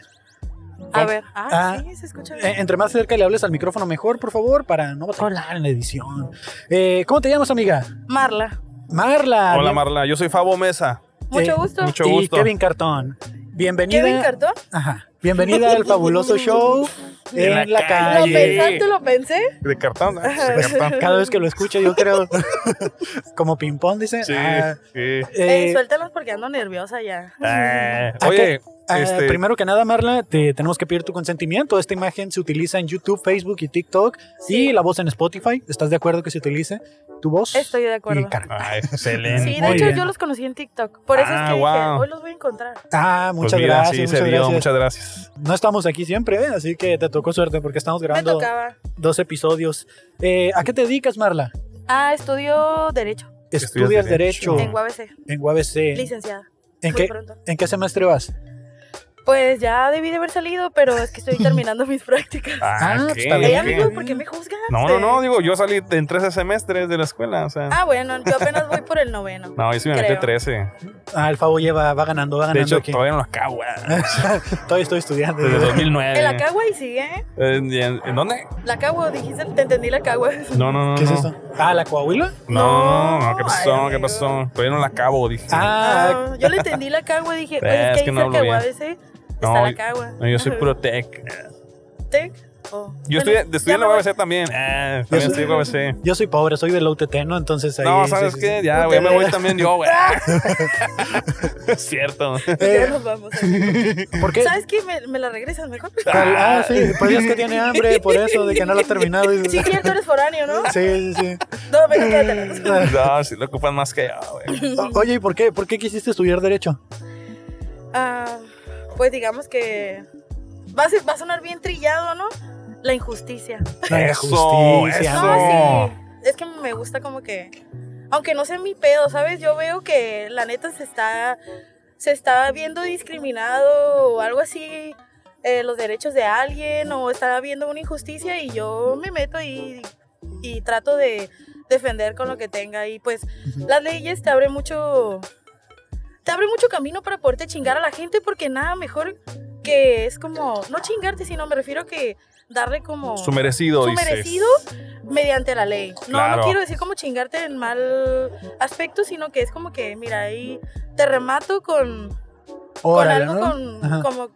S1: A ver, ah,
S2: Ah.
S1: sí, se escucha
S2: Eh,
S1: bien.
S2: Entre más cerca le hables al micrófono mejor, por favor, para no hablar en la edición. Eh, ¿Cómo te llamas, amiga?
S1: Marla,
S2: Marla.
S4: Hola,
S2: Ah, Bien-
S4: Marla. Yo soy Fabo Mesa.
S1: mucho
S2: Eh,
S1: gusto.
S4: mucho-
S2: y
S4: gusto.
S2: Kevin Cartón. Bienvenida.
S1: ¿Kevin Cartón?
S2: Ajá. Bienvenida al fabuloso show en,
S4: En
S2: la,
S4: la
S1: ¿Lo
S4: Ay, eh, calle.
S2: calle. Pues,
S1: pensaste? ¿Lo pensé?
S4: De cartón. ah, de cartón.
S2: Cada vez que lo escucho, yo creo. como ping-pong, dice.
S4: Sí,
S2: Ah,
S4: sí.
S1: Ey,
S2: eh,
S1: suéltalos porque ando nerviosa ya.
S4: Ah,
S6: Eh.
S2: ¿A
S4: oye,
S2: Ah,
S4: este,
S2: Primero que nada, Marla, te tenemos que pedir tu consentimiento. Esta imagen se utiliza en YouTube, Facebook y TikTok. Y la voz en Spotify. ¿Estás de acuerdo que se utilice tu voz?
S1: Estoy de acuerdo.
S2: Y cara.
S4: ah, excelente.
S1: Sí, de
S2: Muy
S1: hecho
S2: bien.
S1: yo los conocí en TikTok. Por eso
S4: Ah,
S1: es que
S4: guau.
S1: dije, hoy los voy a encontrar.
S2: Ah,
S4: Pues
S2: muchas
S4: mira,
S2: gracias.
S4: sí,
S2: muchas
S4: se dio.
S2: gracias.
S4: Muchas gracias.
S2: No estamos aquí siempre, ¿eh? así que te tocó suerte porque estamos
S1: Me
S2: grabando
S1: tocaba.
S2: dos episodios. Eh, ¿A qué te dedicas, Marla?
S1: Ah, estudio Derecho
S2: Estudias Derecho
S4: Derecho.
S1: en UABC,
S2: en UABC.
S1: licenciada.
S2: ¿En
S1: muy
S2: qué,
S1: pronto.
S2: ¿En qué semestre vas?
S1: Pues ya debí de haber salido, pero es que estoy terminando mis prácticas.
S4: Ah,
S2: Ah,
S4: ok,
S2: está bien.
S1: Ey,
S4: ok.
S1: amigo, ¿por qué me juzgas? Eh,
S4: No, no, no, digo, yo salí en 13 semestres de la escuela, o sea.
S1: Ah, bueno, yo apenas voy por el noveno.
S4: no, yo sí me metí
S1: creo.
S4: 13.
S2: Ah, el Fabo lleva, va ganando, va
S4: De
S2: ganando
S4: hecho,
S2: aquí.
S4: todavía no lo acabo. ah,
S2: Todavía estoy estudiando.
S4: Desde 2009.
S1: En la cagua y sigue, ¿eh?
S4: ¿En, en- en dónde?
S1: La cagua, dijiste, te entendí la cagua.
S4: No, no, no.
S2: ¿Qué es
S4: no.
S2: esto? Ah, ¿la Coahuila?
S4: No, no,
S1: No,
S4: ¿qué
S1: ay,
S4: pasó? ¿Qué
S1: amigo.
S4: pasó? Todavía no la acabo, dije.
S2: Ah,
S1: Ah, yo le entendí la cagua y dije,
S4: Eh,
S1: oye,
S4: es
S1: es
S4: que
S1: que ahí
S4: no hablo
S1: cerca de
S4: bien.
S1: UABC está
S4: No,
S1: la cagua.
S4: No, yo soy puro tech.
S1: Tec, oh. Bueno,
S4: Yo estoy, estudié
S1: ya
S4: en la
S1: me voy.
S4: UABC también. Eh, también estoy en la UABC.
S2: yo soy pobre, soy del UTT, ¿no? Entonces ahí.
S4: No,
S2: sí,
S4: ¿sabes
S2: sí,
S4: qué?
S2: sí.
S4: Ya, güey, me voy también yo, güey. Es cierto.
S1: Ya
S2: Eh,
S1: nos vamos.
S2: ¿Por qué?
S1: ¿Sabes qué? Me, me la regresan mejor.
S2: Tal- Ah, sí, pues es que tiene hambre, por eso, de que no lo ha terminado. Y-
S1: Sí, cierto, eres foráneo, ¿no?
S2: Sí, sí, sí.
S1: No, venga, quédatela.
S4: No, si lo ocupan más que yo, güey.
S2: O- Oye, ¿y por qué? ¿Por qué quisiste estudiar Derecho?
S1: Ah, pues digamos que va a, ser- va a sonar bien trillado, ¿no? La injusticia.
S2: La
S4: Eso,
S2: injusticia.
S4: eso. Ah,
S1: No, sí. Es que me gusta como que, aunque no sea mi pedo, ¿sabes? Yo veo que la neta se está, se está viendo discriminado o algo así eh, los derechos de alguien o está viendo una injusticia y yo me meto y, y trato de defender con lo que tenga y pues
S2: Ujú.
S1: las leyes te abren mucho, te abre mucho camino para poderte chingar a la gente porque nada mejor que es como, no chingarte, sino me refiero que darle como
S4: Su merecido,
S1: su
S4: dices.
S1: merecido mediante la ley. No,
S4: Claro.
S1: no quiero decir como chingarte en mal aspecto, sino que es como que, mira, ahí te remato con, con
S2: Órale,
S1: algo
S2: ¿no?
S1: con,
S2: Ajá.
S1: como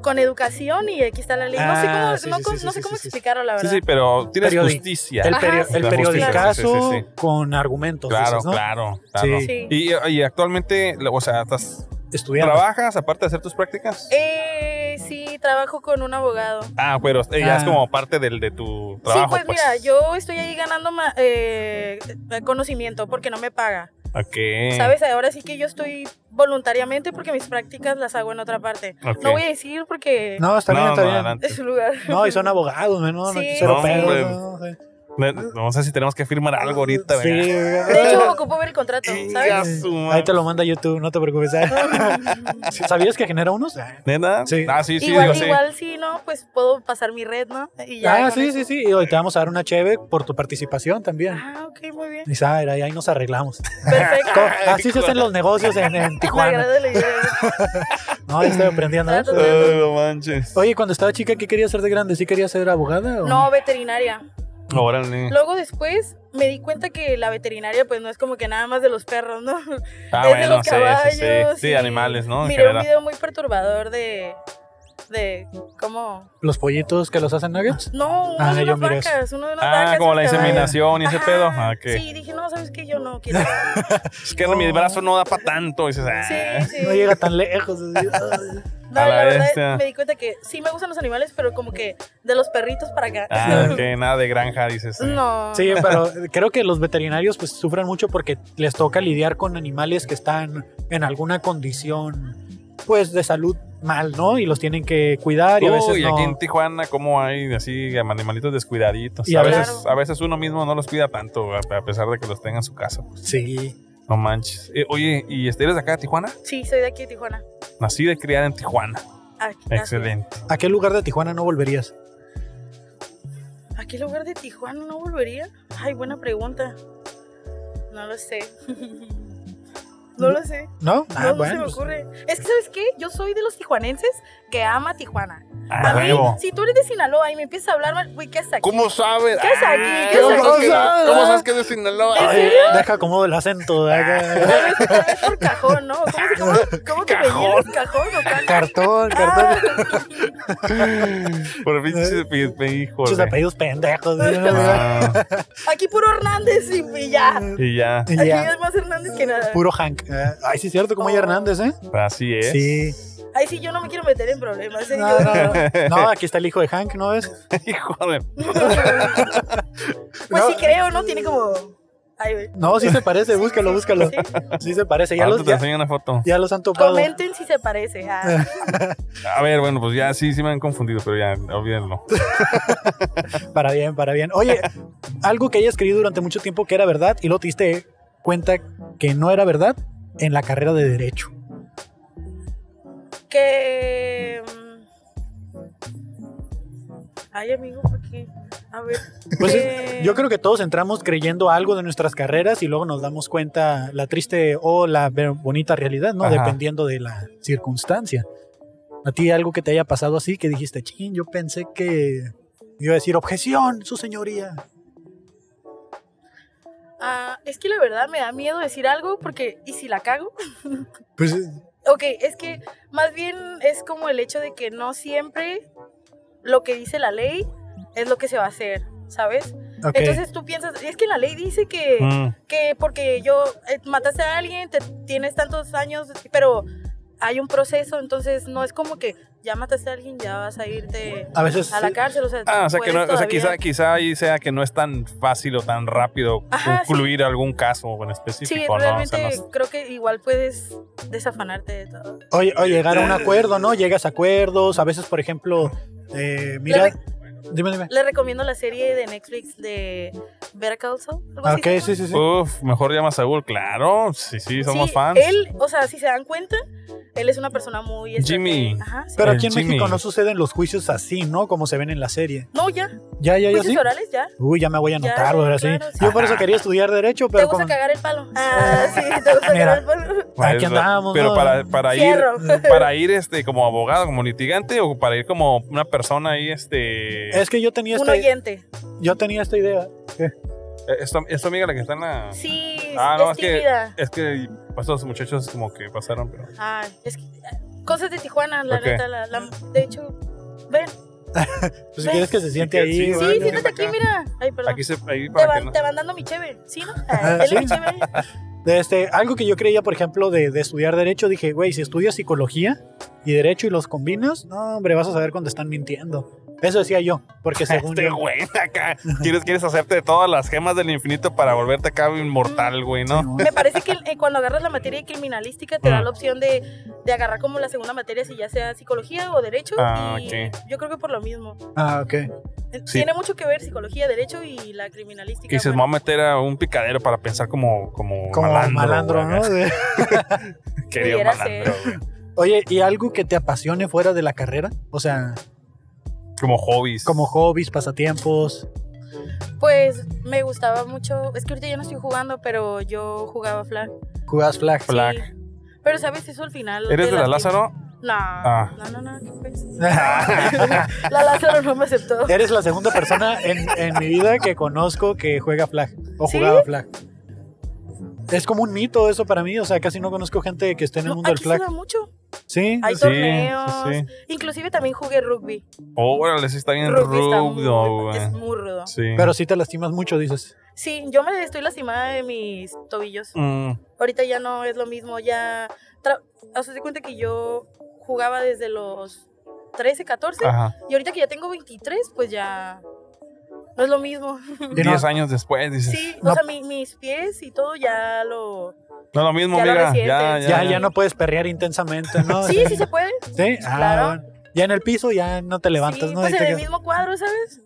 S1: con educación y aquí está la ley. No sé
S2: Ah,
S1: cómo,
S2: sí,
S1: no
S2: sí,
S1: cómo-
S2: sí,
S1: no
S2: sí,
S1: sé cómo
S2: sí, sí.
S1: explicarlo, la
S4: Sí,
S1: verdad.
S4: sí, pero tienes
S2: Periodi-
S4: justicia.
S2: El,
S1: Ajá,
S2: peri-
S1: sí.
S2: el
S4: La
S2: periodicazo
S4: justicia, sí, sí,
S2: con argumentos.
S4: Claro,
S2: dices, ¿no?
S4: claro, claro.
S2: Sí.
S1: Sí.
S4: Y, y actualmente, o sea, estás,
S2: Estudiando.
S4: ¿trabajas aparte de hacer tus prácticas?
S1: Eh, sí, trabajo con un abogado.
S4: Ah, pero eh, ya es
S2: Ah.
S4: como parte del, de tu trabajo.
S1: sí, pues, mira, yo estoy ahí ganando ma- eh, conocimiento porque no me paga.
S4: Ok.
S1: ¿Sabes? Ahora sí que yo estoy voluntariamente porque mis prácticas las hago en otra parte.
S4: Ok.
S1: No voy a decir porque
S2: No, está bien,
S4: No,
S2: está
S4: no,
S2: bien.
S4: adelante.
S1: es un lugar.
S2: No, y son abogados, ¿no? No, no,
S1: Sí.
S2: cero
S4: No,
S2: pedos,
S4: hombre.
S2: no, sí.
S4: Ne- No sé si tenemos que firmar algo ahorita,
S2: Sí,
S4: ¿verdad?
S1: De
S2: ¿verdad?
S1: hecho, ocupo ver el contrato,
S4: Inga
S1: ¿sabes?
S4: su
S2: Ahí
S4: madre.
S2: te lo manda YouTube, no te preocupes. Ah, ¿Sabías que genera unos? Ah,
S4: ¿Neta?
S2: Sí.
S4: Ah, sí, sí,
S1: igual,
S4: yo sé.
S1: igual si no, pues puedo pasar mi red, ¿no? Y ya. con
S2: Ah, sí,
S1: eso.
S2: sí, sí. Y hoy te vamos a dar una cheve por tu participación también.
S1: Ah, ok, muy bien.
S2: Y sabe, ahí, ahí nos arreglamos.
S1: Perfecto.
S2: Co- Así se hacen los negocios en, en
S1: Me
S2: Tijuana.
S1: agrada la idea.
S2: No, ya estoy aprendiendo. ¿eh?
S4: Ay, no manches.
S2: Oye, cuando estaba chica, ¿qué quería ser de grande? ¿Sí quería ser abogada? O?
S1: No, veterinaria.
S4: Órale.
S1: Luego después me di cuenta que la veterinaria pues no es como que nada más de los perros, ¿no? es
S4: Ah,
S1: de
S4: bueno,
S1: los
S4: sí, sí, sí.
S1: caballos.
S4: Sí,
S1: y
S4: animales, ¿no? En
S1: Miré un
S4: general.
S1: video muy perturbador de... De cómo
S2: ¿Los pollitos que los hacen nuggets?
S1: No, uno
S2: Ah,
S1: de
S2: yo
S1: unas
S2: miré eso.
S1: vacas, uno de unas vacas.
S4: Ah, como
S1: unos
S4: la
S1: caballos.
S4: inseminación y ese
S1: Ajá,
S4: pedo. Ah, ok.
S1: Sí, dije, no, ¿sabes qué? Yo no quiero.
S4: Es que mi brazo no da para tanto. Y dices, ah.
S1: Sí, sí.
S2: No llega tan lejos. así, ay.
S1: No,
S4: a
S1: la,
S4: la
S1: verdad,
S4: bestia.
S1: me di cuenta que sí me gustan los animales, pero como que de los perritos para acá.
S4: Ah, ok, nada de granja, dices. eh.
S1: No.
S2: Sí, pero creo que los veterinarios pues sufren mucho porque les toca lidiar con animales que están en alguna condición pues de salud mal, ¿no? Y los tienen que cuidar y a veces
S4: Uy,
S2: no.
S4: aquí en Tijuana, ¿cómo hay así animalitos descuidaditos?
S2: Y
S4: a,
S2: a
S4: veces,
S1: veces-
S4: a veces uno mismo no los cuida tanto, a a pesar de que los tenga en su casa. pues.
S2: Sí.
S4: No manches. Eh, oye, ¿y este, eres de acá de Tijuana?
S1: Sí, soy de aquí de Tijuana.
S4: Nací de criada en Tijuana.
S1: Aquí,
S4: Excelente.
S2: ¿A qué lugar de Tijuana no volverías?
S1: ¿A qué lugar de Tijuana no volvería? Ay, buena pregunta. No lo sé. no lo sé.
S2: ¿No? Ah,
S1: No, no se me
S2: pues,
S1: ocurre. Es que, ¿sabes qué? Yo soy de los tijuanenses que ama Tijuana.
S4: Ah,
S1: A mí,
S4: huevo.
S1: si tú eres de Sinaloa y me empiezas a hablar mal, güey, ¿qué haces aquí?
S4: ¿Cómo sabes?
S1: ¿Qué es aquí?
S4: Ah,
S1: ¿Qué es
S4: ¿cómo
S1: aquí?
S4: sabes que-
S2: Ah.
S4: ¿Cómo sabes que es de Sinaloa? Ah.
S1: ¿En
S4: Ay,
S1: serio?
S2: Deja como el acento. acá.
S1: Tal vez- tal vez por cajón, ¿no? ¿Cómo, se- cómo, cómo te venías? ¿Cajón o cajón?
S2: cartón,
S1: Ah.
S2: cartón.
S4: Por pinches pe- pe- híjole.
S2: Muchos apellidos pendejos.
S4: Ah,
S1: Aquí puro Hernández y, y ya.
S4: y ya,
S2: Y
S1: Aquí
S2: ya,
S1: es más Hernández que nada.
S2: Puro Hank. Ah, Ay, sí, es cierto,
S1: Oh.
S2: como hay Hernández, ¿eh?
S4: así es.
S2: Sí.
S1: Ay, sí, yo no me quiero meter en problemas. ¿eh?
S2: No,
S1: Yo-
S2: no, no. No, aquí está el hijo de Hank, ¿no ves?
S4: Hijo de.
S1: Pues
S2: No.
S1: sí creo, ¿no? Tiene como... Ay, güey.
S2: No, sí se parece, búscalo, búscalo.
S1: Sí.
S2: Sí se parece, ya
S4: Ahora
S2: los,
S4: te
S2: ya,
S4: enseño una foto.
S2: ya los han topado.
S1: Comenten si se parece. ah.
S4: A ver, bueno, pues ya sí, sí me han confundido, pero ya, olvídenlo.
S2: Para bien, para bien. Oye, algo que hayas creído durante mucho tiempo que era verdad y lo te diste cuenta que no era verdad en la carrera de Derecho.
S1: Que... mm, Ay, amigo, ¿por qué? A ver.
S2: Pues
S1: que-
S2: Yo creo que todos entramos creyendo algo de nuestras carreras y luego nos damos cuenta la triste o la ver- bonita realidad, ¿no?
S4: Ajá.
S2: Dependiendo de la circunstancia. A ti algo que te haya pasado así que dijiste, chin, yo pensé que iba a decir objeción, su señoría.
S1: Ah, es que la verdad me da miedo decir algo porque... ¿Y si la cago?
S2: Pues
S1: Ok, es que más bien es como el hecho de que no siempre lo que dice la ley es lo que se va a hacer, ¿sabes?
S2: ok.
S1: Entonces tú piensas, es que la ley dice que,
S4: Mm.
S1: que porque yo eh, mataste a alguien, te tienes tantos años, pero hay un proceso, entonces no es como que ya mataste a alguien, ya vas a irte
S2: a veces
S1: a la cárcel, o sea,
S4: Ah, o sea, que
S1: puedes
S4: no, o sea,
S1: Pues todavía-
S4: quizá, quizá ahí sea que no es tan fácil o tan rápido
S1: Ajá,
S4: concluir algún caso en específico,
S1: Sí,
S4: ¿no? O sea,
S1: realmente
S4: no es-
S1: creo que igual puedes desafanarte de todo.
S2: Oye, o llegar a un acuerdo, ¿no? Llegas a acuerdos, a veces, por ejemplo, eh, mira,
S1: Claro.
S2: dime, dime.
S1: Les recomiendo la serie de Netflix de Better Call Saul. algo
S2: Ah,
S1: así
S2: Ok,
S1: se llama.
S2: sí, sí, sí.
S4: Uf, mejor llama a Saúl, claro. Sí, sí, somos
S1: Sí,
S4: fans.
S1: Él, o sea, si se dan cuenta, él es una persona muy. este,
S4: Jimmy.
S1: Ajá, sí.
S2: Pero
S4: el
S2: aquí en
S4: Jimmy.
S2: México no suceden los juicios así, ¿no? Como se ven en la serie.
S1: No, ya.
S2: Ya, ya, ya,
S1: Juicios
S2: sí.
S1: orales, ya.
S2: Uy, ya me voy a
S1: Ya,
S2: anotar, ahora sí.
S1: claro, sí.
S2: Yo por eso quería estudiar Derecho,
S1: Te
S2: pero
S1: gusta
S2: como...
S1: cagar el palo. Ah, sí, te gusta
S2: Mira. Mm,
S1: cagar el palo.
S4: Para
S2: aquí
S4: eso-
S2: andamos,
S4: Pero
S2: ¿no?
S4: para, para ir
S1: Fierro.
S4: para ir este como abogado, como litigante o para ir como una persona ahí este
S2: Es que yo tenía,
S1: Un
S2: esta,
S1: oyente.
S2: yo tenía esta idea.
S4: esta, esta amiga la que está en la
S1: Sí,
S4: Ah, no,
S1: es
S4: es que-
S1: tímida.
S4: es que pues, estos muchachos como que pasaron, pero
S1: Ah, es que. Cosas de Tijuana, la
S4: Ok.
S1: neta. la- la- de hecho, ven.
S2: Pues si quieres que se siente
S4: Sí,
S2: ahí.
S4: sí,
S1: Sí,
S4: bueno,
S1: siéntate
S4: acá.
S1: aquí, mira. Ay, perdón.
S4: aquí se ahí
S1: Te
S4: para que
S1: van,
S4: no.
S1: te van dando mi cheve, ¿sí, no?
S2: Ah,
S1: Ah, dele
S2: sí.
S1: mi cheve.
S2: De este, algo que yo creía, por ejemplo, de, de estudiar Derecho, dije, güey, si estudias Psicología y Derecho y los combinas, no, hombre, vas a saber cuando están mintiendo. Eso decía yo, porque según
S4: Este
S2: yo...
S4: güey acá quieres quieres hacerte de todas las gemas del infinito para volverte acá inmortal, güey, ¿no?
S2: No,
S1: Me parece que eh, cuando agarras la materia de criminalística te da
S4: Mm.
S1: la opción de, de agarrar como la segunda materia, si ya sea psicología o derecho.
S4: Ah,
S1: y
S4: ok.
S1: Yo creo que por lo mismo.
S2: Ah, ok.
S1: Eh,
S4: Sí.
S1: Tiene mucho que ver psicología, derecho y la criminalística.
S4: Que dices, me
S1: bueno.
S4: voy a meter a un picadero para pensar como, como,
S2: Como malandro,
S4: güey,
S2: ¿no?
S4: acá.
S2: De-
S4: Querido
S1: Pudiera
S4: malandro, güey.
S2: Oye, ¿y algo que te apasione fuera de la carrera? O sea,
S4: Como hobbies.
S2: como hobbies, pasatiempos.
S1: Pues me gustaba mucho. Es que ahorita ya no estoy jugando, pero yo jugaba flag.
S2: Jugabas flag.
S1: Sí.
S4: Flag.
S1: Pero sabes, eso al final.
S4: ¿Eres de la
S1: las que-
S4: Lázaro?
S1: No,
S4: Ah.
S1: no, no, no, ¿qué pues? La Lázaro no me aceptó.
S2: Eres la segunda persona en, en mi vida que conozco que juega flag o
S1: ¿Sí?
S2: jugaba flag. Es como un mito eso para mí, o sea, casi no conozco gente que esté en el
S1: No,
S2: mundo del
S1: aquí se
S2: flag.
S1: da mucho.
S2: Sí,
S1: Hay
S4: Sí,
S1: torneos.
S4: sí,
S1: Inclusive también jugué rugby.
S4: Órale, sí está bien
S1: Rugby está
S4: rudo,
S1: muy,
S4: güey.
S1: es muy rudo.
S4: Sí.
S2: pero sí te lastimas mucho, dices.
S1: Sí, yo me estoy lastimada de mis tobillos.
S4: Mm,
S1: Ahorita ya no es lo mismo, ya... tra- O sea, se cuenta que yo jugaba desde los 13, 14,
S4: ajá.
S1: y ahorita que ya tengo 23, pues ya... No es lo mismo.
S2: Y no-
S4: Pues Diez años después, dices.
S1: Sí,
S2: No.
S1: o sea, mi- mis pies y todo ya lo...
S4: No es lo mismo,
S1: Ya lo
S4: amiga.
S1: resientes.
S4: ya, ya,
S2: Ya, ya no puedes perrear intensamente, ¿no?
S1: Sí, sí se puede.
S2: ¿Sí? Ah,
S1: Claro.
S2: bueno. Ya en el piso ya no te levantas,
S1: sí,
S2: ¿no?
S1: pues
S2: Ahí
S1: en
S2: te
S1: el
S2: quedas.
S1: mismo cuadro, ¿sabes?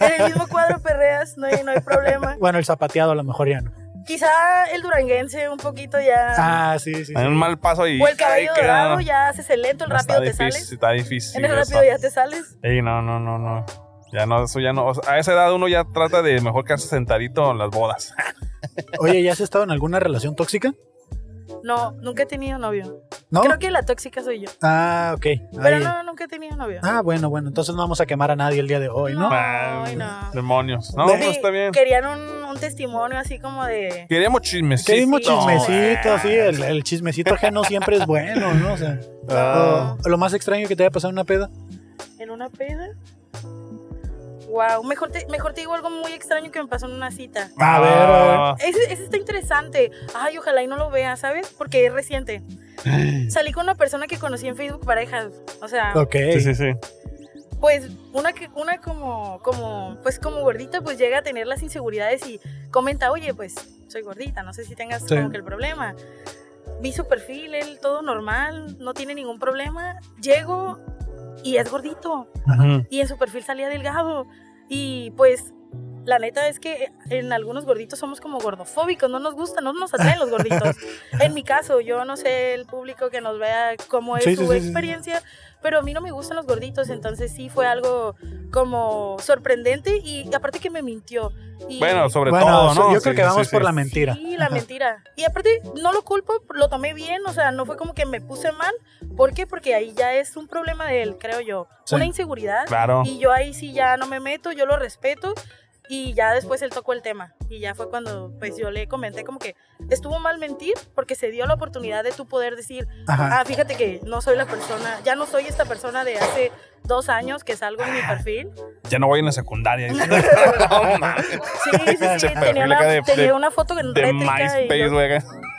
S1: en el mismo cuadro perreas, no hay, no hay problema.
S2: Bueno, el zapateado a lo mejor ya no.
S1: Quizá el duranguense un poquito ya...
S2: Ah, sí, sí. sí.
S4: Hay un mal paso y.
S1: o el cabello
S4: Ay, que-
S1: dorado, ya haces el lento, el
S4: no,
S1: rápido te
S4: está difícil,
S1: sales.
S4: Está difícil.
S1: en el
S4: eso.
S1: rápido ya te sales.
S4: Ey, no, no, no, no. Ya no, eso ya no. o sea, a esa edad uno ya trata de mejor quedarse sentadito en las bodas.
S2: Oye, ¿ya has estado en alguna relación tóxica?
S1: No, nunca he tenido novio.
S2: ¿No?
S1: Creo que la tóxica soy yo.
S2: Ah, ok.
S1: Pero
S2: Ahí.
S1: no, nunca he tenido novio.
S2: Ah, bueno, bueno. Entonces no vamos a quemar a nadie el día de hoy, ¿no?
S1: Ay, no.
S4: Demonios. No,
S2: Sí.
S4: pues está bien.
S1: Querían un, un testimonio así como de...
S4: Queremos chismes.
S2: Que dimos
S1: No,
S2: chismecito, sí.
S4: eh.
S2: El, el chismecito ajeno siempre es bueno, ¿no? O sea,
S1: Ah.
S2: o- lo más extraño que te haya pasado en una peda.
S1: ¿En una peda? Wow, mejor te, mejor te digo algo muy extraño que me pasó en una cita.
S4: Ah,
S2: A ver, a ver.
S1: Ese, ese está interesante. Ay, ojalá y no lo vea, ¿sabes? Porque es reciente. Salí con una persona que conocí en Facebook parejas. O sea,
S2: Ok.
S4: Sí, sí, sí.
S1: pues una que una como como pues como gordita pues llega a tener las inseguridades y comenta, "Oye, pues soy gordita, no sé si tengas
S2: Sí.
S1: como que el problema." Vi su perfil, él todo normal, no tiene ningún problema. Llego y es gordito
S4: Ujú.
S1: y en su perfil salía delgado. Y pues, la neta es que eh, en algunos gorditos somos como gordofóbicos, no nos gustan, no nos atraen los gorditos. en mi caso, yo no sé el público que nos vea cómo es
S2: Sí, sí,
S1: su
S2: sí, sí.
S1: experiencia, pero a mí no me gustan los gorditos, entonces sí fue algo como sorprendente y aparte que me mintió. Y-
S4: Bueno, sobre
S2: Bueno, so-
S4: todo, ¿no?
S2: yo creo
S4: Sí,
S2: que
S4: sí,
S2: vamos
S4: sí.
S2: por la mentira.
S1: Sí, la mentira. Y aparte, no lo culpo, lo tomé bien, o sea, no fue como que me puse mal. ¿Por qué? Porque ahí ya es un problema de él, creo yo.
S2: Sí.
S1: Una inseguridad
S4: Claro.
S1: y yo ahí sí ya no me meto, yo lo respeto. Y ya después él tocó el tema. Y ya fue cuando pues yo le comenté como que estuvo mal mentir porque se dio la oportunidad de tú poder decir,
S2: Ajá.
S1: ah, fíjate que no soy la persona, ya no soy esta persona de hace dos años que salgo en mi perfil.
S4: Ya no voy en la secundaria.
S1: Sí, sí, sí,
S4: Ese perfil
S1: tenía, una,
S4: acá de-
S1: tenía
S4: de-
S1: una foto en
S4: De
S1: réplica y
S4: MySpace,
S1: yo-
S4: güey.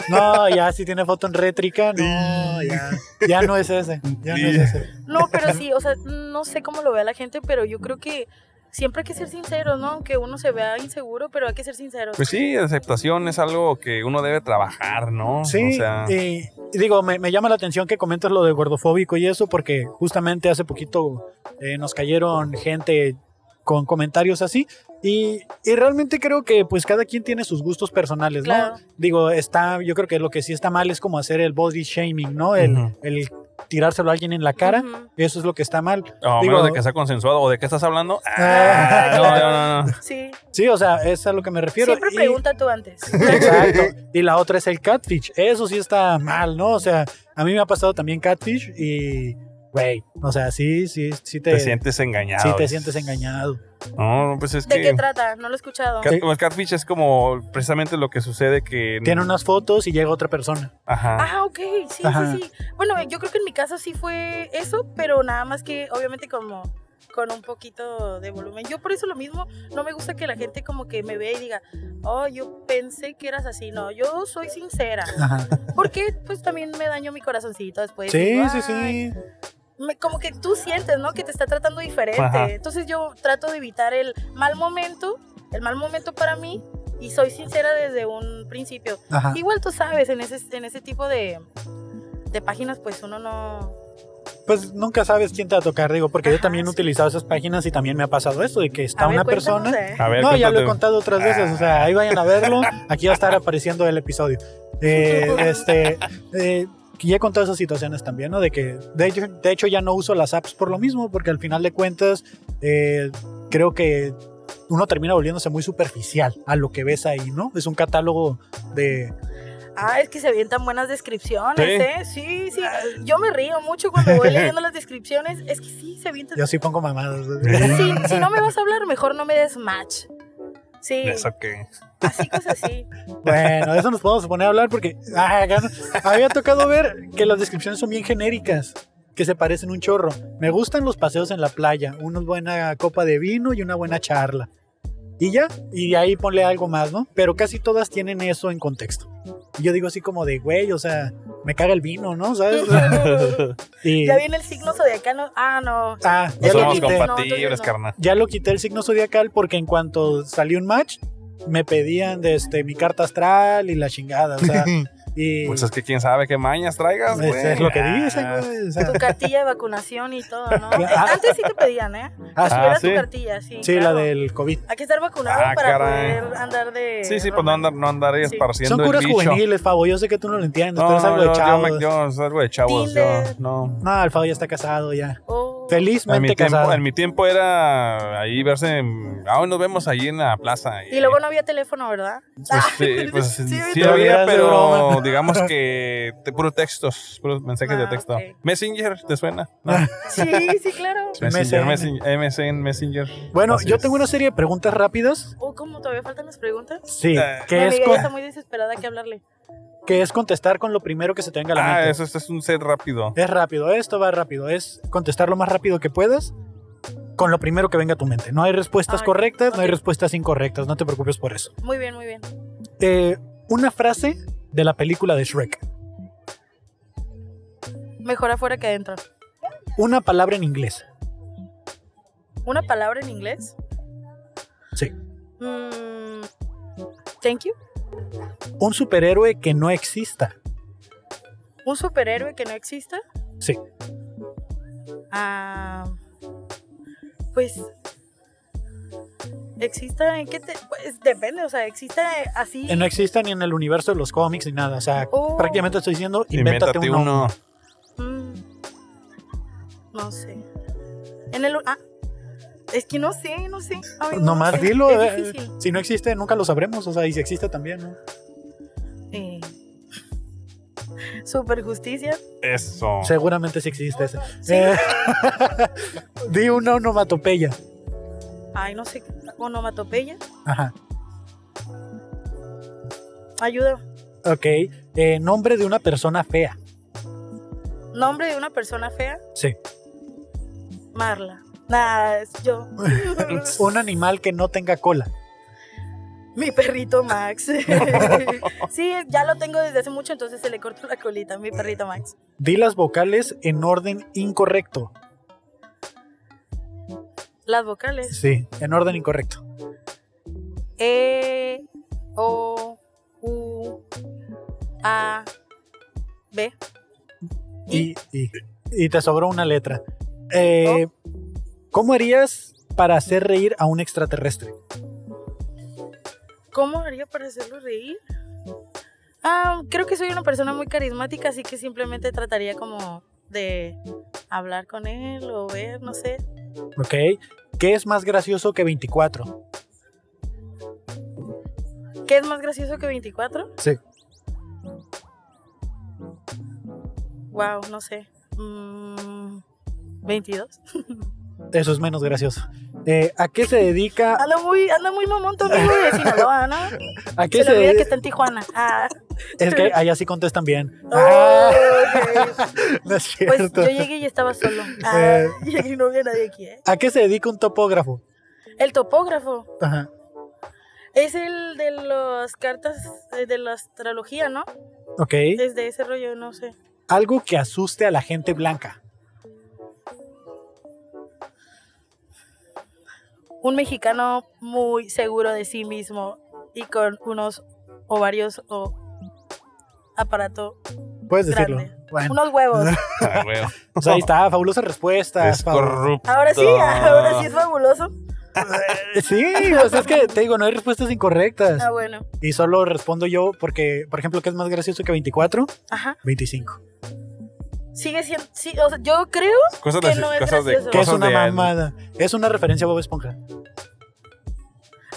S2: No, ya si tiene foto en rétrica, no, ya. Ya no es ese. Ya no es ese.
S1: No, pero sí, o sea, no sé cómo lo vea la gente, pero yo creo que siempre hay que ser sinceros, ¿no? Aunque uno se vea inseguro, pero hay que ser sinceros.
S4: Pues sí, aceptación es algo que uno debe trabajar, ¿no?
S2: Sí, eh,
S4: O sea,
S2: y, y digo, me, me llama la atención que comentas lo de gordofóbico y eso, porque justamente hace poquito eh, nos cayeron gente con comentarios así. Y, y realmente creo que pues cada quien tiene sus gustos personales, ¿no?
S1: Claro.
S2: Digo, está, yo creo que lo que sí está mal es como hacer el body shaming, ¿no? El,
S4: Ujú.
S2: el tirárselo a alguien en la cara.
S1: Ujú.
S2: Eso es lo que está mal.
S4: a
S2: digo-
S4: menos de que sea consensuado o de qué estás hablando.
S2: Ah,
S4: Ah, no, no, no, no.
S1: Sí.
S2: Sí, o sea, es a lo que me refiero.
S1: Siempre
S2: Y-
S1: pregunta tú antes.
S2: Exacto. Y la otra es el catfish. Eso sí está mal, ¿no? O sea, a mí me ha pasado también catfish y, güey, o sea, sí, sí, sí te,
S4: Te sientes engañado.
S2: sí te sientes engañado.
S4: No, pues es
S1: ¿De
S4: que.
S1: qué trata? No lo he escuchado.
S4: Cat- pues Catfish es como precisamente lo que sucede que.
S2: Tiene unas fotos y llega otra persona.
S4: Ajá.
S1: Ah, ok, sí,
S2: Ajá.
S1: sí, sí. Bueno, yo creo que en mi caso sí fue eso, pero nada más que obviamente como con un poquito de volumen. Yo por eso lo mismo, no me gusta que la gente como que me vea y diga, oh, yo pensé que eras así. No, yo soy sincera.
S2: Ajá.
S1: Porque pues también me daño mi corazoncito después.
S2: Sí,
S1: Digo,
S2: sí,
S1: "Ay,
S2: sí.
S1: me- como que tú sientes, ¿no? Que te está tratando diferente.
S4: Ajá.
S1: Entonces yo trato de evitar el mal momento, el mal momento para mí, y soy sincera desde un principio.
S2: Ajá.
S1: Igual tú sabes, en ese, en ese tipo de, de páginas, pues uno no...
S2: Pues nunca sabes quién te va a tocar, digo, porque yo
S1: Ajá,
S2: también he
S1: sí.
S2: utilizado esas páginas y también me ha pasado esto de que está
S1: A ver,
S2: una
S1: cuéntanos,
S2: persona.
S1: ¿eh?
S4: A ver,
S2: No, ya lo he
S4: cuéntate.
S2: contado otras veces, o sea, ahí vayan a verlo, aquí va a estar apareciendo el episodio. Eh, este, eh, ya he contado esas situaciones también, ¿no? De que, de hecho, de hecho ya no uso las apps por lo mismo, porque al final de cuentas, eh, creo que uno termina volviéndose muy superficial a lo que ves ahí, ¿no? Es un catálogo de...
S1: Ah, es que se avientan buenas descripciones,
S4: Sí.
S1: ¿eh? Sí, sí. Yo me río mucho cuando voy leyendo las descripciones. Es que sí, se avientan...
S2: Yo sí pongo mamadas.
S1: Si, si no me vas a hablar, mejor no me des match. Sí,
S4: Eso que.
S1: así cosas así.
S2: Bueno, de eso nos podemos poner a hablar porque ah, acá no- había tocado ver que las descripciones son bien genéricas, que se parecen un chorro. Me gustan los paseos en la playa, una buena copa de vino y una buena charla. Y ya, y de ahí ponle algo más, ¿no? Pero casi todas tienen eso en contexto. Y Yo digo así como de, güey, o sea, me caga el vino, ¿no? ¿Sabes? Y,
S1: Ya viene el signo zodiacano. Ah, no.
S2: ah,
S4: No
S2: ya lo
S4: somos
S1: quité.
S2: quité.
S1: No,
S4: compatibles,
S1: entonces no.
S4: carnal.
S2: Ya lo quité el signo zodiacal porque en cuanto salió un match, me pedían de este, mi carta astral y la chingada. O sea, Y
S4: Pues es que quién sabe qué mañas traigas,
S2: pues,
S4: Ah, güey. Ah.
S2: es lo que dicen, güey. o sea,
S1: Tu cartilla de vacunación y todo, ¿no?
S2: Claro.
S1: Antes sí te pedían, ¿eh?
S2: ah,
S1: Si
S2: sí,
S1: era
S4: sí.
S1: tu cartilla, sí.
S2: sí, la
S1: claro.
S2: del COVID.
S1: Hay que estar vacunado
S4: Ah,
S1: para
S4: caray.
S1: poder andar de.
S4: Sí, sí, pues no, andar, no andar ahí
S1: Sí.
S4: esparciendo
S2: Son
S4: el
S2: curas
S4: bicho.
S2: juveniles, Favo. Yo sé que tú no lo entiendes,
S4: No,
S2: pero es algo de
S4: yo, yo,
S2: chavos.
S4: me, yo soy algo de chavos. Yo,
S1: Tinder.
S4: no.
S2: No, el Favo ya está casado ya.
S1: Oh.
S4: En mi,
S2: Felizmente
S4: tiempo,
S2: casado.
S4: en mi tiempo era ahí verse. en- Ah, hoy nos vemos ahí en la plaza.
S1: Y luego no había teléfono, ¿verdad?
S4: Pues sí, pues sí,
S1: sí,
S4: había,
S2: sí,
S4: pero
S2: broma.
S4: digamos que te, puro textos, puros mensajes de
S1: Ah,
S4: texto.
S1: ok.
S4: Messenger, ¿te suena? No.
S1: Sí, sí, claro.
S4: Messenger,
S2: MSN.
S4: Messenger, MSN, Messenger.
S2: Bueno,
S4: Así
S2: yo
S4: es.
S2: tengo una serie de preguntas rápidas.
S1: Oh, ¿cómo todavía faltan las preguntas?
S2: Sí,
S4: Eh.
S1: Mi
S2: que es,
S1: amiga ya
S2: con-
S1: está muy desesperada que hablarle.
S2: que es contestar con lo primero que se te venga a la
S4: Ah,
S2: mente.
S4: eso, este es un set rápido.
S2: Es rápido, esto va rápido. Es contestar lo más rápido que puedas con lo primero que venga a tu mente. No hay respuestas
S1: Ah,
S2: correctas, no hay
S1: ok.
S2: respuestas incorrectas. No te preocupes por eso.
S1: Muy bien, muy bien.
S2: Eh, una frase de la película de Shrek.
S1: Mejor afuera que adentro.
S2: Una palabra en inglés.
S1: ¿Una palabra en inglés?
S2: Sí.
S1: Mm, thank you.
S2: Un superhéroe que no exista.
S1: ¿Un superhéroe que no exista?
S2: Sí.
S1: Ah, pues. ¿Exista en qué te.? Pues depende, o sea, ¿exista así?
S2: Que no exista ni en el universo de los cómics ni nada. O sea,
S1: Oh.
S2: prácticamente estoy diciendo, invéntate,
S4: Invéntate
S2: uno.
S4: uno.
S1: Mm, no sé. En el. Ah, es que no sé, no sé. amigo,
S2: Nomás
S1: sé.
S2: dilo.
S1: Es
S2: eh,
S1: difícil.
S2: si no existe, nunca lo sabremos. O sea, y si existe también, ¿no?
S1: Eh, super justicia.
S4: Eso.
S2: Seguramente sí existe ese.
S1: Sí.
S2: Eh, di una onomatopeya.
S1: Ay, no sé. Onomatopeya.
S2: Ajá.
S1: Ayuda.
S2: Ok. Eh, nombre de una persona fea.
S1: Nombre de una persona fea.
S2: Sí.
S1: Marla. Nah, es yo.
S2: Un animal que no tenga cola.
S1: Mi perrito Max. sí, ya lo tengo desde hace mucho, entonces se le cortó la colita. Mi perrito Max.
S2: Di las vocales en orden incorrecto.
S1: Las vocales.
S2: Sí, en orden incorrecto.
S1: E, O, U, A, B.
S2: Y, y- y te sobró una letra. Eh, ¿Cómo harías para hacer reír a un extraterrestre?
S1: ¿Cómo haría para hacerlo reír? Ah, creo que soy una persona muy carismática, así que simplemente trataría como de hablar con él o ver, no sé.
S2: ¿Ok? ¿Qué es más gracioso que 24?
S1: ¿Qué es más gracioso que 24?
S2: Sí.
S1: Wow, no sé. Mm, 22.
S2: Eso es menos gracioso. Eh, ¿A qué se dedica?
S1: Anda muy, anda muy mamón tu amigo de Sinaloa, ¿no?
S2: ¿A
S1: Se
S2: qué
S1: le
S2: se
S1: olvida que
S2: dedica?
S1: está en Tijuana. Ah.
S2: Es que allá sí contestan bien.
S1: Oh,
S2: Ah,
S1: ok.
S2: no es
S1: Pues
S2: cierto.
S1: yo llegué y estaba solo. Ah,
S2: Eh.
S1: y aquí no había nadie aquí, ¿eh?
S2: ¿A qué se dedica un topógrafo?
S1: El topógrafo.
S2: Ajá.
S1: Es el de las cartas eh, de la astrología, ¿no?
S2: Ok.
S1: Desde ese rollo, no sé.
S2: Algo que asuste a la gente blanca.
S1: Un mexicano muy seguro de sí mismo y con unos ovarios o aparato
S2: Puedes decirlo.
S1: grande.
S2: Bueno,
S1: Unos huevos.
S4: Ah, güey.
S2: pues ahí está, fabulosas respuestas.
S4: Es
S2: Pablo.
S4: corrupto.
S1: Ahora sí, ahora sí es fabuloso.
S2: Sí, o sea, es que te digo, no hay respuestas incorrectas.
S1: Ah, bueno.
S2: Y solo respondo yo porque, por ejemplo, ¿qué es más gracioso que 24?
S1: Ajá.
S2: 25.
S1: Sigue siendo. Sí, o sea, yo creo.
S4: Cosas
S1: Que
S4: de,
S1: no es
S4: cosas de,
S1: gracioso.
S2: Que es
S4: cosas
S2: una
S4: de-
S2: mamada. Es una referencia a Bob Esponja.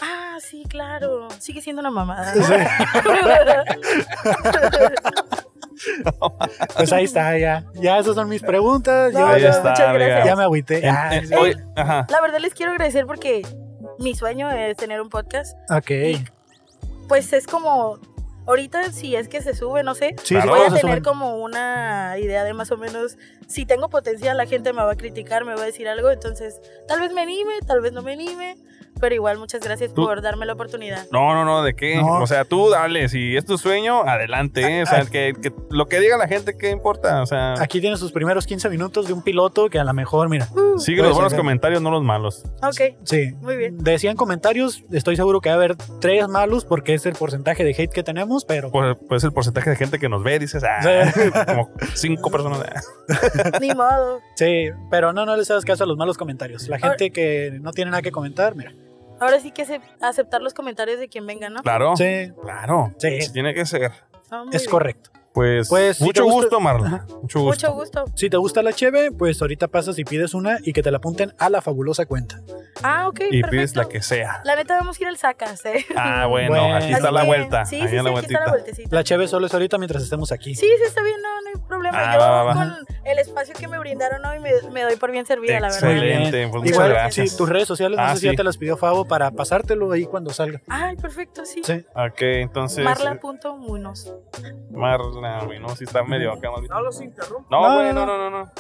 S1: Ah, sí, claro. Sigue siendo una mamada.
S2: Pues ahí está, ya. Ya esas son mis preguntas.
S1: No,
S2: yo
S1: no,
S4: Ahí
S2: Pues ya,
S4: está,
S1: muchas gracias.
S2: ya me agüité.
S4: En-
S2: Ah,
S4: en- oye, ajá.
S1: La verdad les quiero agradecer porque mi sueño es tener un podcast.
S2: ok.
S1: Pues es como. Ahorita, si es que se sube, no sé.
S2: Sí,
S4: Claro.
S1: Voy a
S2: vamos a
S1: tener
S2: sumar.
S1: como una idea de más o menos si tengo potencial, la gente me va a criticar, me va a decir algo, entonces tal vez me anime, tal vez no me anime, súper igual. Muchas gracias
S4: Tú-
S1: por darme la oportunidad.
S4: No, no, no, ¿de qué?
S2: No.
S4: O sea, tú dale, si es tu sueño, adelante. ¿eh? O sea, que, que lo que diga la gente, ¿qué importa? O sea,
S2: Aquí tienes sus primeros 15 minutos de un piloto que a lo mejor, mira,
S1: Uh,
S4: sigue los
S2: Puede
S4: buenos
S2: ser, ¿eh?
S4: comentarios, no los malos.
S1: ok,
S2: sí.
S1: muy bien.
S2: Decían comentarios, estoy seguro que va a haber tres malos porque es el porcentaje de hate que tenemos, pero
S4: Pues, pues el porcentaje de gente que nos ve, dices, ah,
S2: Sí.
S4: como cinco personas. ah.
S1: Ni modo.
S2: sí, pero no, no les hagas caso a los malos comentarios. La gente que no tiene nada que comentar, mira.
S1: Ahora sí que se- aceptar los comentarios de quien venga, ¿no?
S4: Claro,
S2: Sí,
S4: claro.
S2: Sí.
S4: Sí, tiene que ser.
S1: Ah, muy
S2: es
S1: bien.
S2: correcto.
S4: Pues,
S2: Pues, si te
S4: mucho
S2: gusta-
S4: gusto, Marla. Mucho gusto.
S1: Mucho gusto.
S2: Si te gusta la cheve, pues ahorita pasas y pides una y que te la apunten a la fabulosa cuenta.
S1: Ah, ok,
S4: Y
S1: perfecto.
S4: pides la que sea.
S1: La neta, vamos a ir al sacas, ¿eh?
S4: Ah, bueno,
S2: Bueno.
S4: aquí está
S1: Así
S4: la
S1: que-
S4: vuelta.
S1: Sí,
S4: ahí
S1: sí, sí, aquí
S4: a la
S1: está
S4: vueltita.
S1: la vueltecita.
S2: La cheve solo es ahorita mientras estemos aquí.
S1: Sí, sí, está bien, no, no hay problema.
S4: Ah,
S1: Yo
S4: va, va, va.
S1: con el espacio que me brindaron hoy me, me doy por bien servida, la verdad.
S4: Excelente,
S2: Bien.
S4: pues muchas
S2: Igual,
S4: gracias.
S2: sí, tus redes sociales, no
S4: Ah,
S2: sé si ya
S4: sí.
S2: te las pidió Favo para pasártelo ahí cuando salga.
S1: Ay, perfecto, sí.
S2: Sí.
S4: Ok, entonces.
S1: Marla.munos.
S4: Marla, güey, no, si está medio acá. más bien.
S5: No los interrumpo.
S4: No,
S2: No,
S4: güey,
S2: no,
S4: no, no, no. no.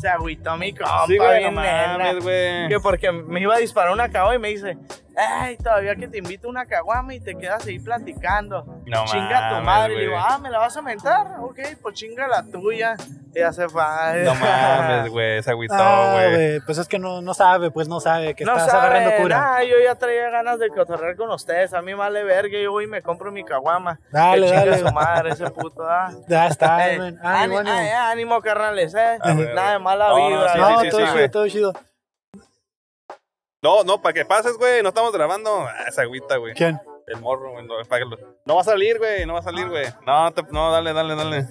S5: Se agüitó mi compa.
S4: Sí, güey, no
S5: bien nena.
S4: mames, güey.
S5: Que porque me iba a disparar una caguama y me dice, ay, todavía que te invito a una caguama y te quedas ahí platicando.
S4: No
S5: chinga tu
S4: mames,
S5: madre. Y
S4: güey.
S5: digo, ah, ¿me la vas a mentar? Ok, pues chinga la tuya. Y ya se va.
S4: No mames, güey, se agüitó,
S2: Ah,
S4: güey.
S2: güey, pues es que no, no sabe, pues no sabe que
S5: no
S2: estás agarrando
S5: sabe,
S2: cura.
S5: nada, yo ya traía ganas de cotorrear con ustedes. A mí me vale verga, yo voy y me compro mi caguama.
S2: Dale,
S5: Que chingue
S2: dale.
S5: su madre, ese puto, ah.
S2: Ya está,
S5: Eh,
S2: men.
S5: ani-
S2: Ánimo, ánimo.
S5: ay, ánimo, carnales, eh.
S4: Ah, güey,
S5: Nada de mala
S4: No, no,
S5: vibra.
S4: sí,
S5: ¿no?
S2: No,
S4: sí,
S2: todo
S4: sí,
S2: chido,
S4: güey.
S2: todo chido.
S4: No, no, para que pases, güey, no estamos grabando. Ah, se agüita, güey.
S2: ¿Quién?
S4: El morro, güey. No, para que lo- no va a salir, güey, no va a salir,
S5: Ah.
S4: güey. No, te- no, dale, dale, dale.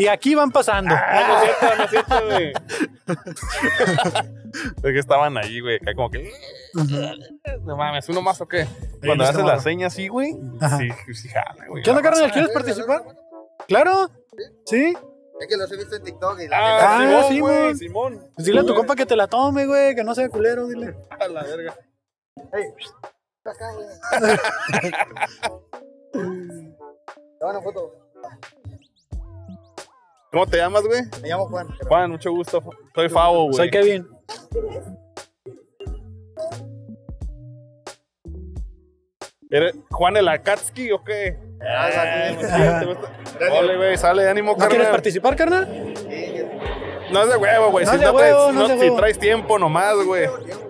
S2: Y aquí van pasando.
S4: Ah, no es cierto, no es cierto, güey. es que estaban allí, güey, acá como que. No mames, ¿uno más o qué? Cuando
S2: no
S4: haces
S2: está
S4: la seña así, güey.
S2: Ajá.
S4: Sí, sí, jala, güey.
S2: ¿Qué onda, carnal? ¿Quieres participar? Claro. ¿Sí?
S7: Es que los he visto en TikTok y la
S4: Ah,
S2: Ah,
S4: Simón,
S2: Simón.
S4: güey, Simón.
S2: Pues dile a tu compa que te la tome, güey, que no sea culero, dile.
S4: A la verga.
S7: neta, acá, güey. Toma una foto.
S4: ¿Cómo te llamas, güey?
S7: Me llamo Juan. pero-
S4: Juan, mucho gusto. Soy Favo, güey.
S2: Soy Kevin.
S4: ¿Eres Juan el Akatsuki o qué?
S6: Eh.
S4: Ah,
S7: sí.
S4: no, sí, te gusta. Ole, güey, sale, ánimo,
S2: ¿No quieres
S4: carnal.
S2: participar, carnal?
S4: No es de huevo, güey.
S2: No
S4: si,
S2: es de
S4: no
S2: huevo,
S4: traes,
S2: no es
S4: no-
S2: de
S4: si
S2: huevo.
S4: traes tiempo nomás, güey.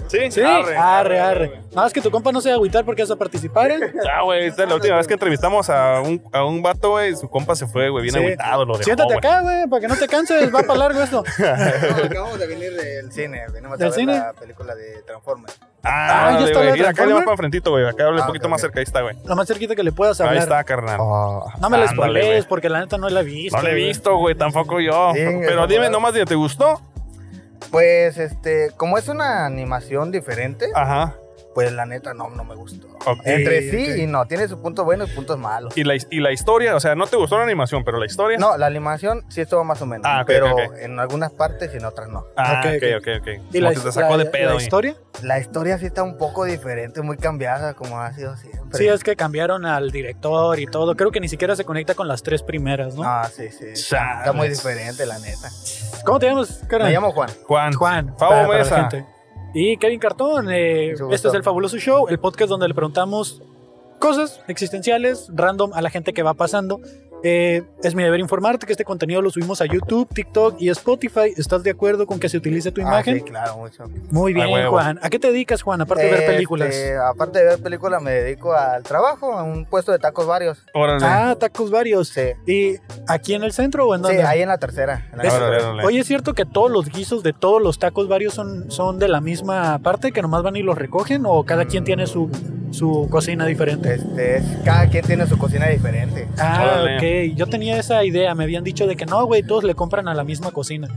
S4: ¿Sí?
S2: Sí. Arre, arre. Nada más que tu compa no se va a agüitar porque vas a participar, ¿eh?
S4: Ah, güey, esta es la última vez que entrevistamos a un, a un vato, güey. Su compa se fue, güey, bien
S2: Sí.
S4: agüitado. Lo dejó,
S2: Siéntate
S4: güey.
S2: acá, güey, para que no te canses. Va para largo esto.
S7: No,
S6: 啊
S7: acabamos de venir del cine. Venimos a
S2: ¿Del
S7: ver
S2: cine?
S7: la película de Transformers.
S4: Ah,
S2: Ah, ¿ya
S4: dale,
S2: está
S4: güey.
S2: la
S4: Mira, acá le más
S2: Transformer?
S4: para enfrentito, güey. Acá hable un
S7: Ah,
S4: poquito
S7: ok,
S4: más
S7: ok.
S4: cerca. Ahí está, güey.
S2: Lo más cerquita que le puedas hablar.
S4: Ahí está, carnal.
S2: No me la
S4: Ándale,
S2: spoilees
S4: güey.
S2: porque la neta no la he visto.
S4: No lo he
S2: güey.
S4: visto, güey, tampoco yo.
S7: Sí,
S4: Pero
S7: es
S4: dime
S7: verdad.
S4: nomás, ¿te gustó?
S7: Pues, este, como es una animación diferente,
S4: Ajá.
S7: pues la neta no, no me gustó.
S4: Ok.
S7: Entre sí y no, tiene sus puntos buenos y puntos malos.
S4: ¿Y la, y la historia, o sea, no te gustó la animación, pero la historia.
S7: No, la animación sí estuvo más o menos,
S4: Ah, ok,
S7: pero
S4: ok, ok.
S7: en algunas partes y en otras no.
S4: Ah, ok,
S2: Ok,
S4: ok, ok.
S2: ¿Y
S4: Como
S2: la,
S4: que te sacó
S2: la-
S4: de pedo.
S2: la
S4: güey.
S2: historia?
S7: La historia sí está un poco diferente, muy cambiada como ha sido siempre.
S2: Sí, es que cambiaron al director y todo. Creo que ni siquiera se conecta con las tres primeras, ¿no?
S7: Ah, sí, sí.
S4: Chales.
S7: Está muy diferente, la neta.
S2: ¿Cómo te llamas, carnal?
S7: Me llamo Juan.
S4: Juan.
S2: Juan.
S4: Fabo
S2: para- para la
S4: Mesa.
S2: gente. Y Kevin Cartón. eh,
S7: Mucho gusto.
S2: este es el Fabuloso Show, el podcast donde le preguntamos cosas existenciales, random, a la gente que va pasando. Eh, es mi deber informarte que este contenido lo subimos a YouTube, TikTok y Spotify. ¿Estás de acuerdo con que se utilice tu
S7: Ah, sí,
S2: imagen?
S7: claro, mucho.
S2: Muy bien,
S4: huevo.
S2: Juan. ¿A qué te dedicas, Juan? Aparte de ver
S7: Este,
S2: películas.
S7: aparte de ver películas, me dedico al trabajo, a un puesto de tacos varios.
S4: Órale.
S2: Ah, tacos varios.
S7: Sí,
S2: ¿Y aquí en el centro o en
S7: sí
S2: dónde?
S7: ahí en la tercera. en la
S2: Es-
S7: tercera.
S4: Órale, órale.
S2: Oye, ¿es cierto que todos los guisos de todos los tacos varios son, son de la misma parte, que nomás van y los recogen, o cada quien tiene su, su cocina diferente?
S7: Este, es- cada quien tiene su cocina diferente.
S2: Ah,
S4: Órale.
S2: ok. Yo tenía esa idea. Me habían dicho de que no, güey, todos le compran a la misma cocina.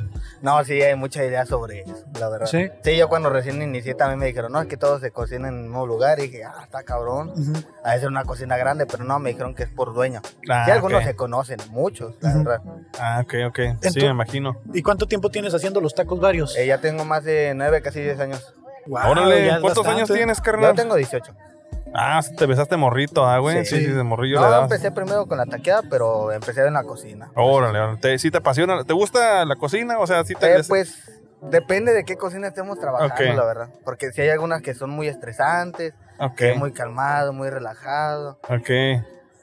S7: No, sí, hay mucha idea sobre eso, la verdad.
S2: Sí.
S7: yo cuando recién inicié también me dijeron, no, es que todos se cocinan en el mismo lugar. Y dije, ah, está cabrón.
S2: Ujú.
S7: A veces una cocina grande, pero no, me dijeron que es por dueño.
S4: Ah,
S7: sí, algunos
S4: ok.
S7: se conocen, muchos, la
S2: Ujú.
S7: verdad.
S4: Ah, ok, ok. sí,
S2: Entonces-
S4: me imagino.
S2: ¿Y cuánto tiempo tienes haciendo los tacos varios?
S7: Eh, ya tengo más de nueve, casi diez años.
S2: Guau,
S4: Órale,
S2: ya es
S4: ¿cuántos
S2: bastante.
S4: años tienes,
S7: Yo
S4: carnal?
S7: tengo 18.
S4: Ah, te besaste morrito, ah, güey. Sí,
S7: Sí.
S4: sí, de morrillo le
S7: No, pues,
S4: dabas.
S7: empecé primero con la taqueada, pero empecé en la cocina.
S4: Órale, órale. ¿Te, sí te apasiona. ¿Te gusta la cocina? O sea, sí te...
S7: Eh, pues Depende de qué cocina estemos trabajando,
S4: Ok.
S7: la verdad. Porque si hay algunas que son muy estresantes,
S4: Ok,
S7: que es muy calmado, muy relajado.
S4: ok.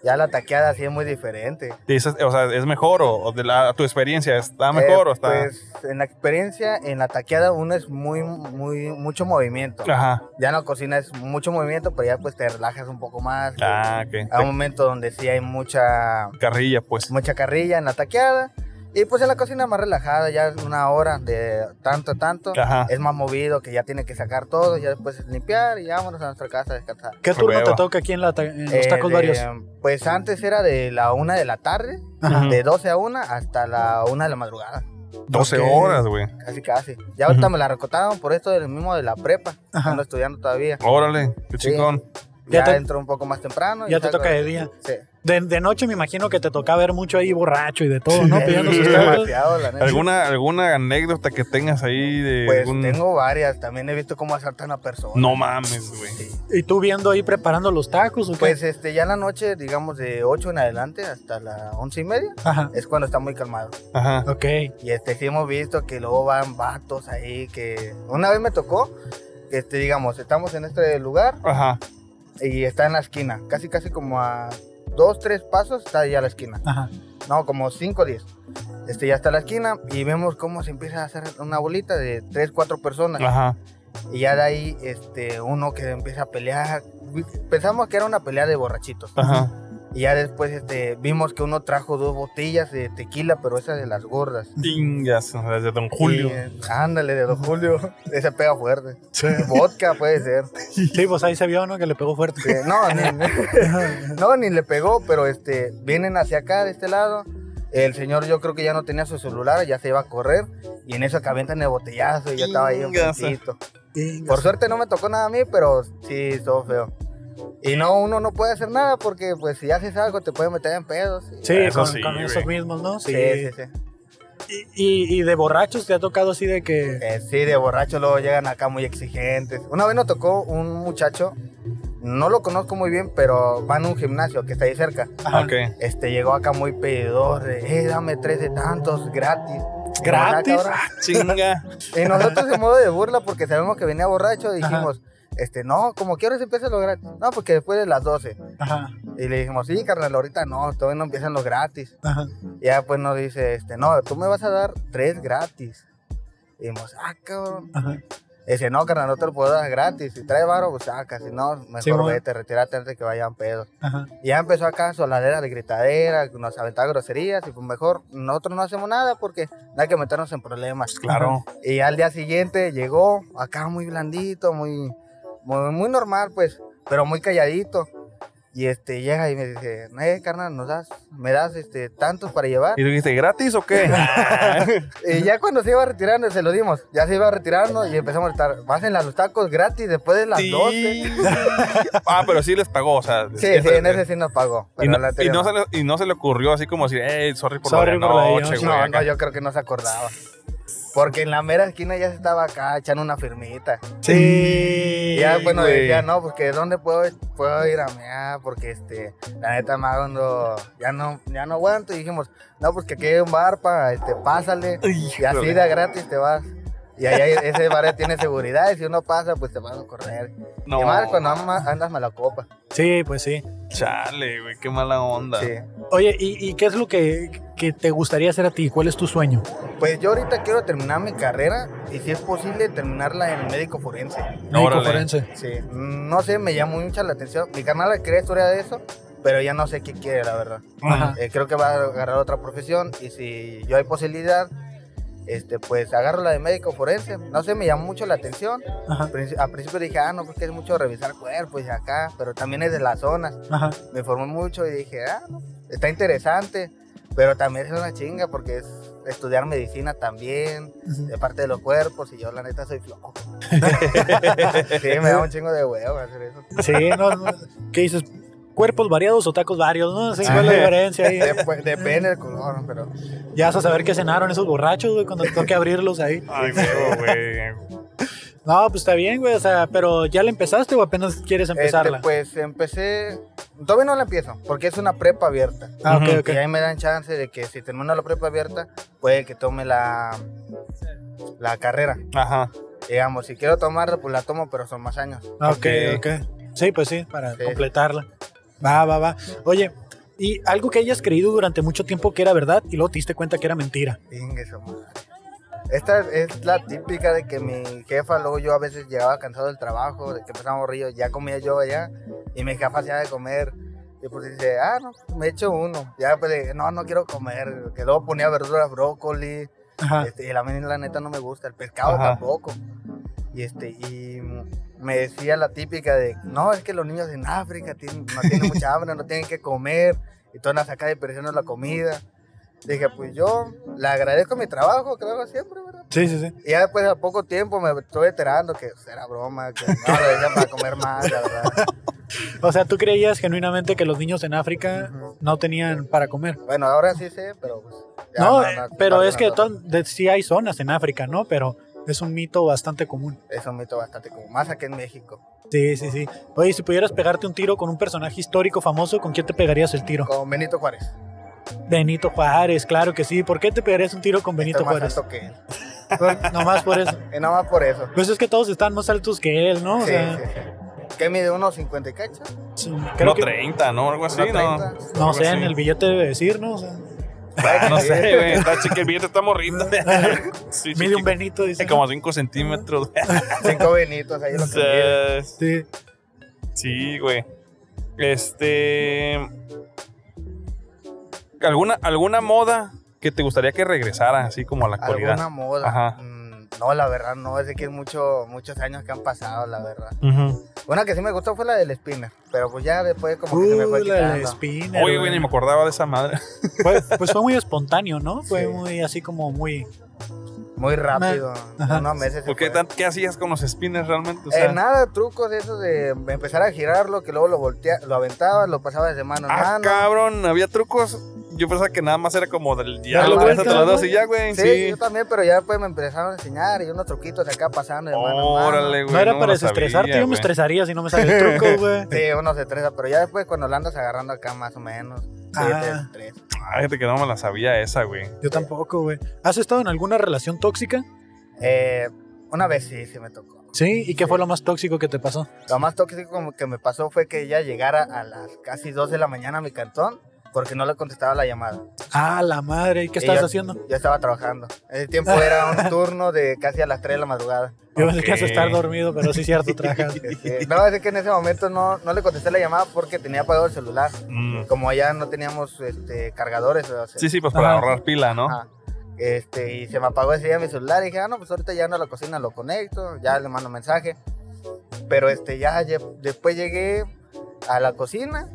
S7: Ya la taqueada sí es muy diferente.
S4: Dices, o sea, ¿es mejor o, o de la, tu experiencia está mejor
S7: Eh,
S4: o está...?
S7: Pues en la experiencia, en la taqueada uno es muy, muy, mucho movimiento.
S4: Ajá.
S7: Ya en la cocina es mucho movimiento, pero ya pues te relajas un poco más.
S4: Ah, ok.
S7: Hay un momento donde sí hay mucha,
S4: Carrilla, pues.
S7: mucha carrilla en la taqueada. Y pues en la cocina más relajada, ya una hora de tanto a tanto.
S4: Ajá.
S7: Es más movido, que ya tiene que sacar todo, ya después es limpiar y vámonos a nuestra casa a descansar.
S2: ¿Qué turno te
S4: Hueva.
S2: toca aquí en, la ta- en los
S7: Eh,
S2: tacos
S7: de-
S2: varios?
S7: Pues antes era de la una de la tarde,
S2: Ajá.
S7: de 12 a 1 hasta la una de la madrugada,
S4: 12
S2: Ok.
S4: horas, güey.
S7: casi casi. Ya ahorita
S4: Ujú.
S7: me la recortaron por esto del mismo de la prepa,
S2: Ajá.
S7: ando estudiando todavía.
S4: Órale, qué
S7: Sí.
S4: chingón.
S2: Ya
S7: Ya,
S2: te-
S7: entro un poco más temprano. y
S2: Ya te
S7: salgo-
S2: toca de día.
S7: Sí.
S2: De, de noche me imagino que te toca ver mucho ahí borracho y de todo, ¿no? Pidiendo sus
S7: Sí,
S2: tacos.
S7: demasiado, la neta.
S4: ¿Alguna, ¿Alguna anécdota que tengas ahí de
S7: Pues
S4: algún-
S7: tengo varias, también he visto cómo asaltan a personas.
S4: No mames, güey.
S2: ¿Y tú viendo ahí preparando los tacos o qué?
S7: Pues este, ya en la noche, digamos de 8 en adelante hasta las 11 y media,
S2: Ajá.
S7: es cuando está muy calmado.
S4: Ajá.
S2: Ok.
S7: Y este, sí hemos visto que luego van vatos ahí que... Una vez me tocó, que este, digamos, estamos en este lugar
S4: Ajá.
S7: y está en la esquina. Casi, casi como a dos, tres pasos está ya la esquina.
S2: Ajá.
S7: No, como cinco, diez. Este, ya está la esquina y vemos cómo se empieza a hacer una bolita de tres, cuatro personas.
S4: Ajá.
S7: Y ya de ahí, este, uno que empieza a pelear. Pensamos que era una pelea de borrachitos.
S4: Ajá.
S7: Y ya después, este, vimos que uno trajo dos botellas de tequila, pero esas de las gordas.
S4: Tingas, o sea, de Don Julio.
S7: Y, eh, ándale, de Don Julio. Ese pega fuerte. Vodka puede ser.
S2: Sí, pues ahí se vio, ¿no? Que le pegó fuerte.
S7: Sí, Eh, no, ni, no, ni le pegó, pero este, vienen hacia acá, de este lado. El señor yo creo que ya no tenía su celular, ya se iba a correr. Y en eso que avientan el botellazo y yo estaba ahí un
S4: Chingazo.
S7: poquito. Por suerte no me tocó nada a mí, pero sí, estuvo feo. Y no, uno no puede hacer nada porque pues si haces algo te puede meter en pedos. y-
S2: Sí,
S4: Eso
S2: con,
S4: sí,
S2: con
S4: güey.
S2: esos mismos, ¿no? Sí.
S7: sí, sí. sí.
S2: Y, y- y de borrachos te ha tocado así de que.
S7: Eh, sí, de borrachos luego llegan acá muy exigentes. Una vez nos tocó un muchacho, no lo conozco muy bien, pero va en un gimnasio que está ahí cerca.
S2: Ajá.
S4: Ah, Ok.
S7: Este llegó acá muy pedidor, de, eh, dame tres de tantos gratis.
S2: ¿Gratis?
S7: Como acá, cabrón.
S4: Chinga.
S7: Y nosotros en modo de burla porque sabemos que venía borracho dijimos, este, no, como que ahora se empiezan los gratis. No, porque después de las 12.
S2: Ajá.
S7: Y le dijimos, sí, carnal, ahorita no, todavía no empiezan los gratis.
S2: Ajá.
S7: Y ya pues nos dice, este, no, tú me vas a dar tres gratis. Y dijimos, ah, cabrón.
S2: Ajá.
S7: Y dice, no, carnal, no te lo puedo dar gratis. Si trae varo, pues saca. Si no, mejor
S2: Sí, bueno.
S7: vete, retírate antes de que vayan pedos.
S2: Ajá.
S7: Y ya empezó acá su ladera de gritadera, que nos aventaba groserías y pues mejor nosotros no hacemos nada porque no hay que meternos en problemas.
S4: Claro.
S7: Y ya al día siguiente llegó acá muy blandito, muy, muy, muy normal pues, pero muy calladito. Y este llega y me dice, eh, carnal, nos das, me das este tantos para llevar.
S4: ¿Y tú dijiste gratis o qué?
S7: Y ya cuando se iba retirando, se lo dimos. Ya se iba retirando y empezamos a estar, vas en los tacos gratis después de las
S4: Sí.
S7: 12.
S4: ah, pero sí les pagó, o sea.
S7: Sí,
S4: esa-
S7: sí, en ese sí nos pagó.
S4: Y
S7: pero
S4: no,
S7: la
S4: y,
S7: anterior
S4: no
S7: no.
S4: se le, y no se le ocurrió así como decir, hey, sorry por
S2: Sorry
S4: la
S2: por la
S4: noche,
S2: noche".
S4: güey.
S7: No,
S4: acá.
S7: no, yo creo que no se acordaba. Porque en la mera esquina ya se estaba acá echando una firmita.
S2: Sí.
S7: Y ya, bueno,
S4: güey.
S7: decía, no, porque ¿dónde puedo, puedo ir a mear? Porque, este, la neta, más cuando ya no, ya no aguanto. Y dijimos, no, porque aquí hay un bar, pa, este, pásale. y así de a gratis te vas. Y allá ese bar tiene seguridad y si uno pasa, pues te van a correr.
S4: No.
S7: Y más cuando ama- andas mala copa.
S2: Sí, pues sí.
S4: Chale, güey, qué mala onda.
S7: Sí.
S2: Oye, ¿y, y qué es lo que, que te gustaría hacer a ti? ¿Cuál es tu sueño?
S7: Pues yo ahorita quiero terminar mi carrera y si es posible terminarla en médico forense.
S4: Órale.
S2: forense.
S7: Sí, no sé, me llama mucho la atención. Mi carnal quería estudiar de eso, pero ya no sé qué quiere, la verdad.
S4: Mm.
S2: Ajá.
S7: Eh, creo que va a agarrar otra profesión y si yo hay posibilidad, este, pues agarro la de médico forense. No sé, me llama mucho la atención.
S2: Ajá.
S7: Princi- Al principio dije, ah, no, porque es mucho revisar cuerpos y acá, pero también es de las zonas.
S2: Ajá.
S7: Me informé mucho y dije, ah, no, está interesante, pero también es una chinga porque es estudiar medicina también, de parte de los cuerpos, y yo la neta soy flojo. sí, me da un chingo de huevo hacer eso.
S2: Sí, no, no. ¿Qué dices? ¿Cuerpos variados o tacos varios? No sé cuál es la
S4: Ah.
S7: Ajá.
S2: diferencia ahí.
S7: Dep- depende del color, pero...
S2: Ya vas a saber qué cenaron esos borrachos, güey, cuando te toque abrirlos ahí.
S4: Ay, huevo, güey.
S2: No, pues está bien, güey, o sea, pero ¿ya le empezaste o apenas quieres
S7: Este,
S2: empezarla?
S7: pues empecé Todavía no la empiezo, porque es una prepa abierta.
S2: Ah, ok,
S4: Ujú.
S2: ok.
S7: Y ahí me dan chance de que si termino la prepa abierta, puede que tome la, la carrera.
S4: Ajá.
S7: Digamos, si quiero tomarla, pues la tomo, pero son más años.
S2: Ah, Ok,
S4: Ok.
S2: ok. Sí, pues sí, para
S7: Sí.
S2: completarla. Va, va, va. Oye, y algo que hayas creído durante mucho tiempo que era verdad y luego te diste cuenta que era mentira.
S7: Chingue su madre. Esta es la típica de que mi jefa, luego yo a veces llegaba cansado del trabajo, de que empezaba ríos, ya comía yo allá, y mi jefa hacía de comer. Y pues dice, ah, no, me echo uno. Ya pues, de- no, no quiero comer. Que luego ponía verduras, brócoli,
S2: Ajá.
S7: este, y la, la neta no me gusta, el pescado
S4: Ajá.
S7: tampoco. Y este, y mm, me decía la típica de, no, es que los niños en África tienen, no tienen mucha hambre, no tienen que comer, y todas las acá desperdiciando la comida. Dije, pues yo le agradezco mi trabajo, que lo hago siempre, ¿verdad?
S2: Sí, sí, sí.
S7: Y ya después a poco tiempo me estoy enterando que pues, era broma, que no lo decían para comer más, la verdad.
S2: O sea, tú creías genuinamente que los niños en África
S7: Ujú.
S2: no tenían para comer.
S7: Bueno, ahora sí sé, pero pues... ya
S2: no,
S7: no-
S2: eh,
S7: no-
S2: pero
S7: no-
S2: es que
S7: no-
S2: de todas- de- sí hay zonas en África, ¿no? Pero es un mito bastante común.
S7: Es un mito bastante común, más aquí en México.
S2: Sí, sí, sí. Oye, si pudieras pegarte un tiro con un personaje histórico famoso, ¿con quién te pegarías el tiro?
S7: Con Benito Juárez.
S2: Benito Juárez, claro que sí. ¿Por qué te pegarías un tiro con Benito
S7: Está Este más
S2: Juárez?
S7: alto que él.
S2: Nomás por eso.
S7: Y Eh, nada más por eso.
S2: Pues es que todos están más altos que él, ¿no? O
S7: Sí,
S2: sea,
S7: sí, sí. ¿Qué mide? ¿Unos 50 y cacho?
S2: sí,
S4: Creo
S2: creo que
S4: 30, ¿no? Algo así,
S7: ¿Unos
S4: ¿no?
S7: 30?
S2: no
S4: algo
S2: sé,
S4: así.
S2: en el billete debe decir, ¿no? O sea,
S4: Ah, No sé, güey. Está chiquito, el billete está morriendo. Sí,
S2: mide un
S4: chiquito.
S2: Benito, dice. ¿no?
S4: Como 5 centímetros.
S7: Cinco benitos ahí es lo que mide.
S4: Sí,
S2: Sí.
S4: Sí, güey. Este. ¿Alguna, ¿Alguna moda que te gustaría que regresara así como a la actualidad?
S7: Alguna moda.
S4: Ajá.
S7: Mm, No, la verdad no, es de que es mucho, muchos años que han pasado, la verdad.
S4: Ujú.
S7: Una que sí me gustó fue la del spinner, pero pues ya después como que se me fue
S2: Uh, la del
S7: quitando.
S2: spinner.
S4: Oye, güey, ni me acordaba de esa madre.
S2: Fue- pues fue muy espontáneo, ¿no? Fue
S7: Sí.
S2: muy así como muy.
S7: Muy rápido,
S2: Ajá.
S7: unos meses. se
S4: ¿Por qué,
S7: fue.
S4: tan- ¿Qué hacías con los spinners realmente? O
S7: Eh,
S4: sea,
S7: nada, trucos de esos de empezar a girarlo, que luego lo voltea, lo aventaba, lo pasaba de mano en
S4: ah,
S7: mano.
S4: cabrón, había trucos. Yo pensaba que nada más era como del ya
S2: Dale
S4: lo traes
S2: vuelta,
S4: entre los dos
S2: güey.
S4: y ya, güey.
S7: Sí,
S4: Sí.
S7: yo también, pero ya después me empezaron a enseñar y unos truquitos acá pasando de mano en mano.
S4: Órale, güey.
S2: no era
S4: me
S2: para
S4: lo sabía,
S2: desestresarte, yo me
S4: güey.
S2: estresaría si no me sale el truco, güey.
S7: Sí, uno se estresa, pero ya después cuando lo andas agarrando acá más o menos, sí te
S2: Ah.
S7: estresa.
S4: Ay, fíjate que no me la sabía esa, güey.
S2: Yo tampoco, güey. ¿Has estado en alguna relación tóxica?
S7: Eh, una vez sí, sí me tocó.
S2: Sí. ¿Y qué fue lo más tóxico que te pasó?
S7: Lo más tóxico como que me pasó fue que ella llegara a las casi 2 de la mañana a mi cantón porque no le contestaba la llamada.
S2: Ah, la madre. ¿Y qué estabas
S7: Ella-
S2: haciendo?
S7: Yo estaba trabajando. Ese tiempo era un turno de casi a las 3 de la madrugada.
S2: Yo pensé que ibas a
S4: Ok.
S2: estar dormido, pero sí, cierto, trabajas.
S7: Este, no, es que en ese momento no, no le contesté la llamada porque tenía apagado el celular.
S4: Mm.
S7: Como allá no teníamos este, cargadores. o sea,
S4: Sí, sí, pues para
S2: Ajá.
S4: ahorrar pila, ¿no?
S7: Ajá. Este, y se me apagó ese día mi celular. Y dije, ah, no, pues ahorita ya ando a la cocina, lo conecto, ya le mando mensaje. Pero este, ya lle- después llegué a la cocina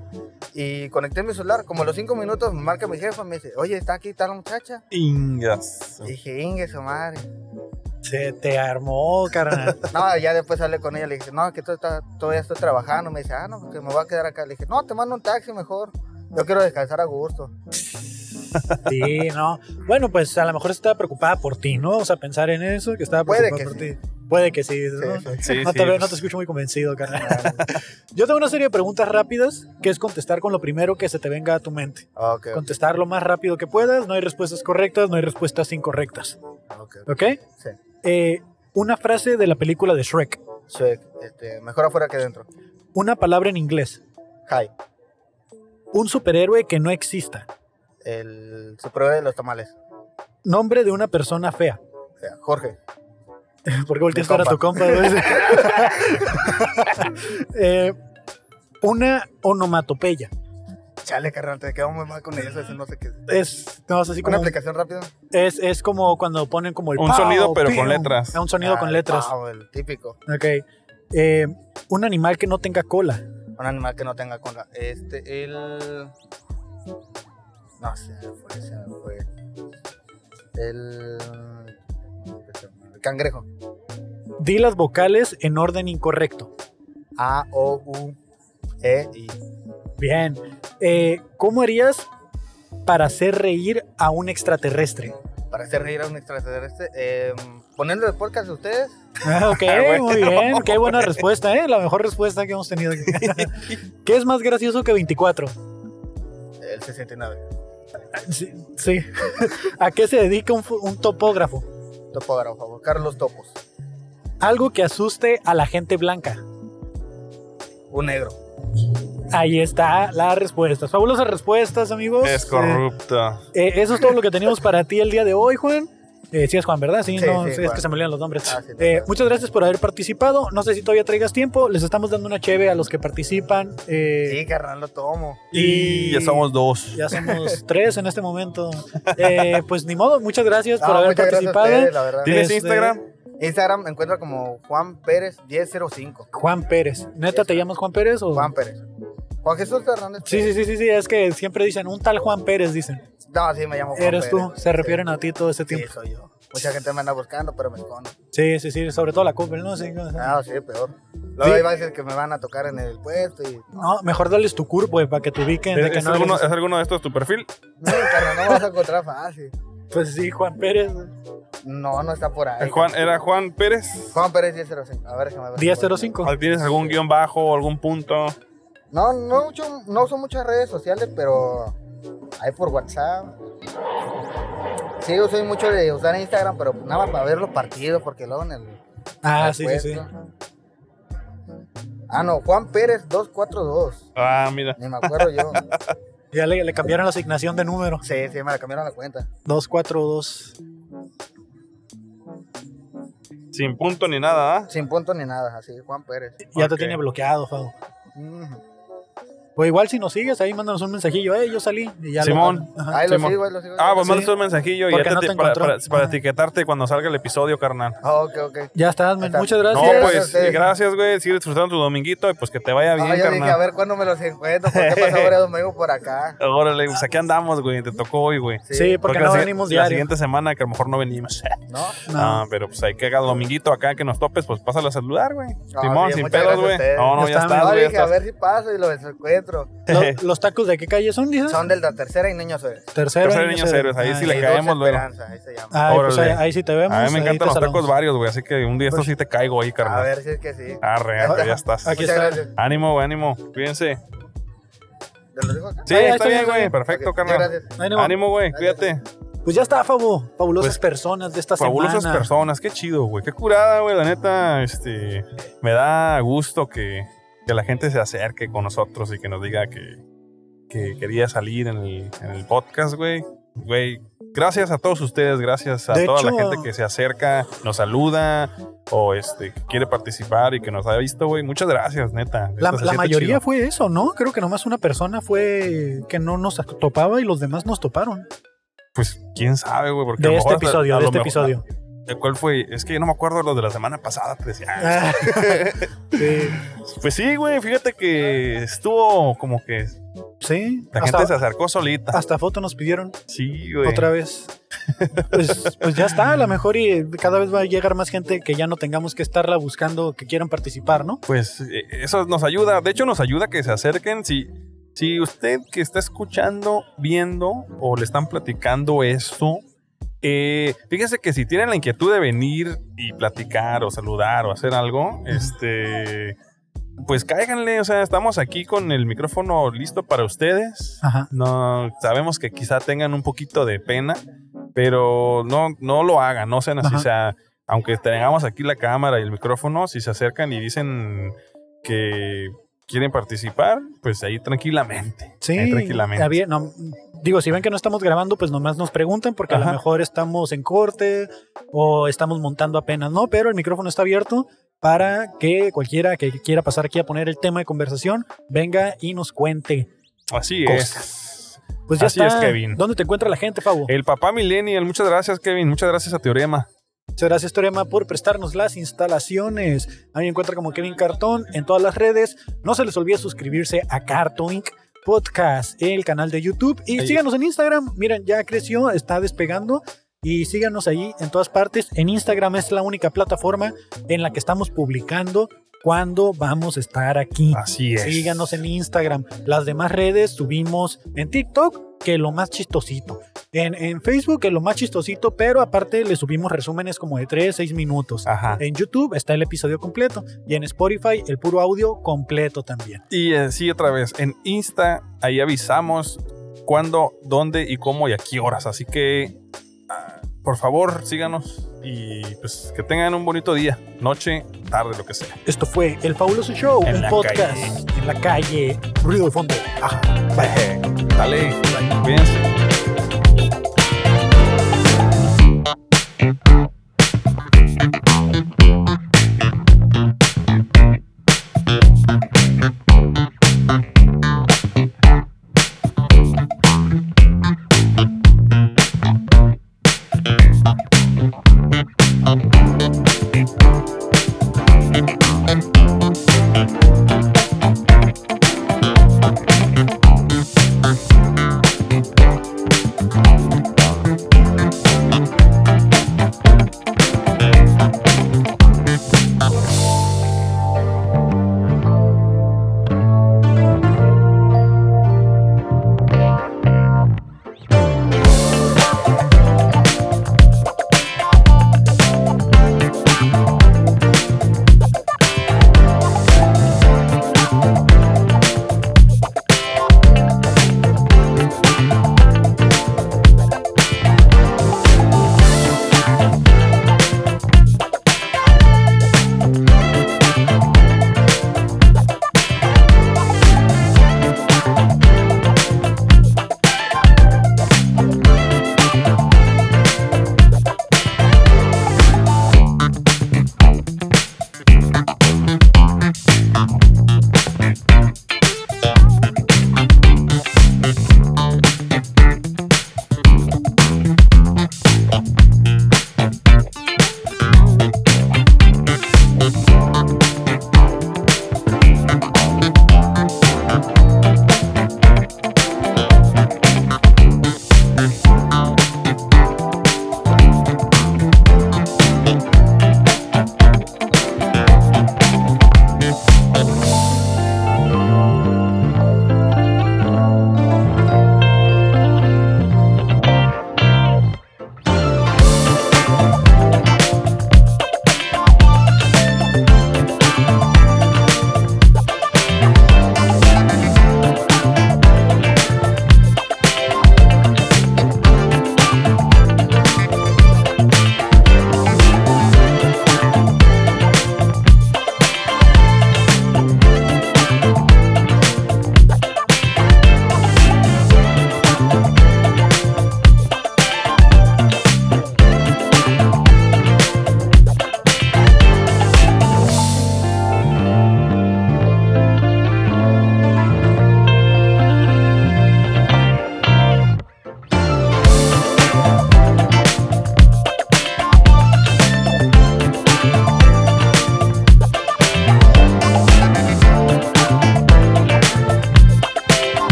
S7: y conecté mi celular. Como a los cinco minutos me marca mi jefa, me dice, oye, está aquí, está la muchacha.
S4: Ingas.
S7: Y dije, Inge, su madre.
S2: Se te armó, carnal.
S7: No, ya después hablé con ella, le dije, no, que tú está- todavía estoy trabajando. Me dice, ah, no, que me voy a quedar acá. Le dije, no, te mando un taxi mejor. Yo quiero descansar a gusto.
S2: Sí, no. Bueno, pues a lo mejor estaba preocupada por ti, ¿no? O sea, pensar en eso, que estaba
S7: Puede
S2: preocupada
S7: que
S2: por
S7: sí.
S2: ti. Puede que sí. ¿no?
S7: Sí, sí.
S4: Sí,
S2: no,
S4: sí,
S2: te veo-
S4: pues.
S2: no te escucho muy convencido, carnal. Yo tengo una serie de preguntas rápidas que es contestar con lo primero que se te venga a tu mente.
S7: Ok, ok,
S2: Contestar lo más rápido que puedas. No hay respuestas correctas, no hay respuestas incorrectas.
S7: ok.
S2: ¿Ok?
S7: Sí.
S2: Eh, una frase de la película de Shrek.
S7: Sí, este, mejor afuera que dentro.
S2: Una palabra en inglés.
S7: Hi.
S2: Un superhéroe que no exista.
S7: El superhéroe de los tamales.
S2: Nombre de una persona fea.
S7: O sea, Jorge.
S2: Porque volteaste a ver a tu compa. güey? Eh, una onomatopeya.
S7: Chale, carnal, te quedó muy mal con eso. Eso no sé qué.
S2: Es, no, es así
S7: Una
S2: Eh, como,
S7: aplicación rápida.
S2: es, es como cuando ponen como el
S4: Un
S2: pau,
S4: sonido, pero con
S2: piu.
S4: letras. ah.
S2: Ah, Un sonido
S7: Ah,
S2: con letras.
S7: pavo, el típico.
S2: Ok. Eh, un animal que no tenga cola.
S7: Un animal que no tenga cola. Este, el. No sé, fue, se me fue. El. el cangrejo.
S2: Di las vocales en orden incorrecto.
S7: A, O, U, E, I.
S2: Bien. Eh, ¿Cómo harías para hacer reír a un extraterrestre?
S7: para hacer reír a un extraterrestre, eh, ponerle el podcast a ustedes.
S2: Ah, ok,
S4: Bueno.
S2: muy bien. Qué buena respuesta, ¿eh? La mejor respuesta que hemos tenido. aquí. ¿Qué es más gracioso que 24?
S7: El 69,
S2: Sí. sí. ¿A qué se dedica un, fu- un topógrafo?
S7: topógrafo, Carlos Topos,
S2: Algo que asuste a la gente blanca.
S7: un negro.
S2: Ahí está la respuesta. Fabulosas respuestas, amigos.
S4: Es corrupto.
S2: Eh, eh, eso es todo lo que tenemos para ti el día de hoy, Juan. Eh, sí es Juan, ¿verdad? Sí,
S7: Sí,
S2: no,
S7: sí,
S2: es
S7: Juan.
S2: que se me olvidan los nombres.
S7: Ah, sí, no,
S2: Eh,
S7: claro.
S2: muchas gracias por haber participado. No sé si todavía traigas tiempo. Les estamos dando una cheve a los que participan. eh,
S7: Sí, carnal, lo tomo.
S4: Y ya somos dos.
S2: Ya somos tres en este momento. Eh, pues ni modo, muchas gracias por
S7: No,
S2: haber
S7: muchas gracias a
S2: participado.
S7: ustedes, la verdad.
S4: ¿Tienes
S2: Este,
S4: Instagram?
S7: Instagram me encuentra como Juan Pérez 1005.
S2: Juan Pérez. ¿Neta te llamas Juan Pérez? O...
S7: Juan Pérez. Juan Jesús Fernández.
S2: Sí, sí, sí, sí, sí, es que siempre dicen un tal Juan Pérez, dicen.
S7: No, sí, me llamo Juan
S2: Eres tú,
S7: Pérez.
S2: se refieren a ti todo este
S7: Sí, sí,
S2: tiempo.
S7: soy yo. Mucha gente me anda buscando, pero me escondo.
S2: Sí, sí, sí, sobre todo la Cooper, ¿no? Sí, no,
S7: Ah, sí, peor. Luego
S2: Sí.
S7: iba a decir que me van a tocar en el puesto y...
S2: no, mejor dales tu curvo, güey, para que te ubiquen. de
S4: ¿Es,
S2: que
S4: es
S2: no
S4: alguno,
S2: eres-
S4: es alguno de estos tu perfil?
S7: No, carnal, no vas a encontrar fácil.
S2: Pues sí, Juan Pérez.
S7: No, no está por ahí.
S4: Juan, ¿Era Juan Pérez?
S7: Juan Pérez 1005. A ver si me va a-
S2: 1005.
S4: ¿Tienes algún guión bajo, algún punto?
S7: No, no, mucho, no uso muchas redes sociales, pero hay por WhatsApp. Sí, yo soy mucho de usar Instagram, pero nada más para ver los partidos, porque luego en el.
S2: Ah,
S7: el
S2: sí, sí, sí.
S7: puesto. Ah, no, Juan Pérez 242.
S4: Ah, mira.
S7: Ni me acuerdo yo.
S2: Ya le, le cambiaron la asignación de número.
S7: Sí, sí, me la cambiaron la cuenta.
S2: 242.
S4: Sin punto ni nada, ¿ah?
S7: Sin punto ni nada, así, Juan Pérez.
S2: Ya te
S4: Ok.
S2: tiene bloqueado, Fabo. Ah,
S7: Ujú.
S2: O igual si nos sigues, ahí mándanos un mensajillo, eh, yo salí. Y ya lo-
S4: Simón.
S2: Ajá.
S7: Ahí lo
S4: Simón.
S7: sigo, ahí lo sigo.
S4: Ah, pues
S2: Sí.
S4: mandas un mensajillo y ya
S2: Porque
S4: te-
S2: no te
S4: te- para,
S2: encontró.
S4: para- para
S2: Ajá.
S4: etiquetarte cuando salga el episodio, carnal.
S7: Ah, ok, ok.
S2: Ya está, admin.
S7: Ahí está.
S2: Muchas
S4: No,
S2: gracias.
S4: pues
S7: sí.
S4: gracias, güey. Sigue disfrutando tu dominguito y pues que te vaya bien,
S7: Ah, yo dije, a
S4: carnal.
S7: ver cuándo me los encuentro, porque pasa ahora domingo por acá.
S4: Órale, pues aquí andamos, güey. Te tocó hoy, güey.
S2: Sí, porque, no
S4: la, si-
S2: venimos
S4: la
S2: diario.
S4: siguiente semana, que a lo mejor no venimos.
S7: ¿No?
S2: No.
S4: Ah, pero pues hay que haga el dominguito acá que nos topes, pues pásale a saludar, güey.
S7: Ah,
S4: Simón,
S7: sí,
S4: sin
S7: muchas
S4: pedos,
S7: gracias a
S4: güey.
S7: ustedes.
S4: No, no,
S2: Ya
S4: ya
S2: está,
S4: estás,
S7: No,
S4: güey.
S7: dije,
S4: ya
S7: a
S4: estás.
S7: ver si paso y los encuentro.
S2: Los, los tacos de qué calle son, dices?
S7: Son del la tercera y niños héroes.
S2: tercero.
S4: Tercero Niños Héroes, ahí
S2: Ah,
S4: sí
S2: ya.
S4: le
S7: Y
S4: caemos
S7: Dulce
S4: luego. Ah,
S7: Esperanza, ahí se llama.
S2: Ay, pues, ahí,
S4: Órale.
S2: ahí sí te vemos.
S4: A
S2: ahí
S4: mí me
S2: te
S4: encantan los
S2: saludamos.
S4: tacos varios, güey. Así que un día esto sí te caigo ahí,
S7: A
S4: carnal.
S7: ver si es que sí.
S4: Arre, arre, ya estás.
S2: Aquí
S7: Muchas
S2: está.
S7: gracias.
S4: Ánimo, güey, ánimo. Cuídense.
S7: ¿Te lo digo acá?
S4: Sí,
S2: Ahí- ahí
S4: está
S2: estoy,
S4: bien,
S2: ahí
S4: güey.
S2: estoy.
S4: Perfecto,
S7: Ok, muchas
S4: carnal.
S7: gracias.
S2: Ánimo.
S4: Ánimo, güey. Cuídate.
S2: Pues ya está, Fabu. Fabulosas
S4: Pues,
S2: personas de esta
S4: Fabulosas
S2: semana.
S4: personas. Qué chido, güey. Qué curada, güey. La neta, este. Me da gusto que, que la gente se acerque con nosotros y que nos diga que, que quería salir en el, en el podcast, güey. Güey, gracias a todos ustedes, gracias a
S2: De
S4: toda la
S2: hecho-
S4: gente que se acerca, nos saluda o este, que quiere participar y que nos ha visto, güey. Muchas gracias, neta.
S2: La,
S4: Neta, se
S2: la
S4: siente
S2: mayoría
S4: chido.
S2: fue eso, ¿no? Creo que nomás una persona fue que no nos topaba y los demás nos toparon.
S4: Pues quién sabe, güey. porque
S2: De
S4: a lo
S2: este
S4: mejor hasta-
S2: episodio,
S4: a
S2: de
S4: lo
S2: este
S4: mejor-
S2: episodio.
S4: ¿De cuál fue? Es que yo no me acuerdo lo de la semana pasada, te decía.
S2: Ah,
S4: "Ah,
S2: sí.
S4: Pues sí, güey, fíjate que estuvo como que
S2: Sí.
S4: la gente se
S2: Hasta,
S4: acercó solita.
S2: hasta foto nos pidieron.
S4: Sí, güey.
S2: Otra vez. Pues, pues ya está, a lo mejor y cada vez va a llegar más gente que ya no tengamos que estarla buscando, que quieran participar, ¿no?
S4: Pues eh, eso nos ayuda. De hecho, nos ayuda que se acerquen. Si, si usted que está escuchando, viendo o le están platicando esto, eh, fíjese que si tienen la inquietud de venir y platicar o saludar o hacer algo, este, pues cáiganle. O sea, estamos aquí con el micrófono listo para ustedes.
S2: Ajá.
S4: No, sabemos que quizá tengan un poquito de pena, pero no, no lo hagan, no sean así.
S2: Ajá.
S4: O sea, aunque tengamos aquí la cámara y el micrófono, si se acercan y dicen que quieren participar, pues ahí tranquilamente.
S2: Sí,
S4: ahí tranquilamente.
S2: había- no, digo, si ven que no estamos grabando, pues nomás nos preguntan porque a
S4: Ajá.
S2: lo mejor estamos en corte o estamos montando apenas, ¿no? Pero el micrófono está abierto para que cualquiera que quiera pasar aquí a poner el tema de conversación venga y nos cuente.
S4: Así es.
S2: Pues ya
S4: Así
S2: está.
S4: es, Kevin.
S2: ¿Dónde te encuentra la gente, Pavo?
S4: El papá Millennial, muchas gracias, Kevin. Muchas gracias a Teorema.
S2: Muchas gracias, Teorema, por prestarnos las instalaciones. A mí me encuentra como Kevin Cartón en todas las redes. No se les olvide suscribirse a Cartoon Inc. Podcast, el canal de YouTube. Y
S4: Ahí.
S2: síganos en Instagram. Miren, ya creció, está despegando. Y síganos ahí en todas partes. En Instagram es la única plataforma en la que estamos publicando cuándo vamos a estar aquí.
S4: Así es.
S2: Síganos en Instagram. Las demás redes subimos en TikTok, que lo más chistosito. En, en Facebook es lo más chistosito, pero aparte le subimos resúmenes como de 3, 6 minutos.
S4: Ajá.
S2: En YouTube está el episodio completo y en Spotify el puro audio completo también.
S4: Y eh, sí, otra vez, en Insta, ahí avisamos cuándo, dónde y cómo y a qué horas. Así que, ah, por favor, síganos y pues que tengan un bonito día, noche, tarde, lo que sea.
S2: Esto fue El Fabuloso Show,
S4: En
S2: un
S4: la
S2: podcast en la calle, ruido de fondo. Ajá. Bye.
S4: Dale, cuídense.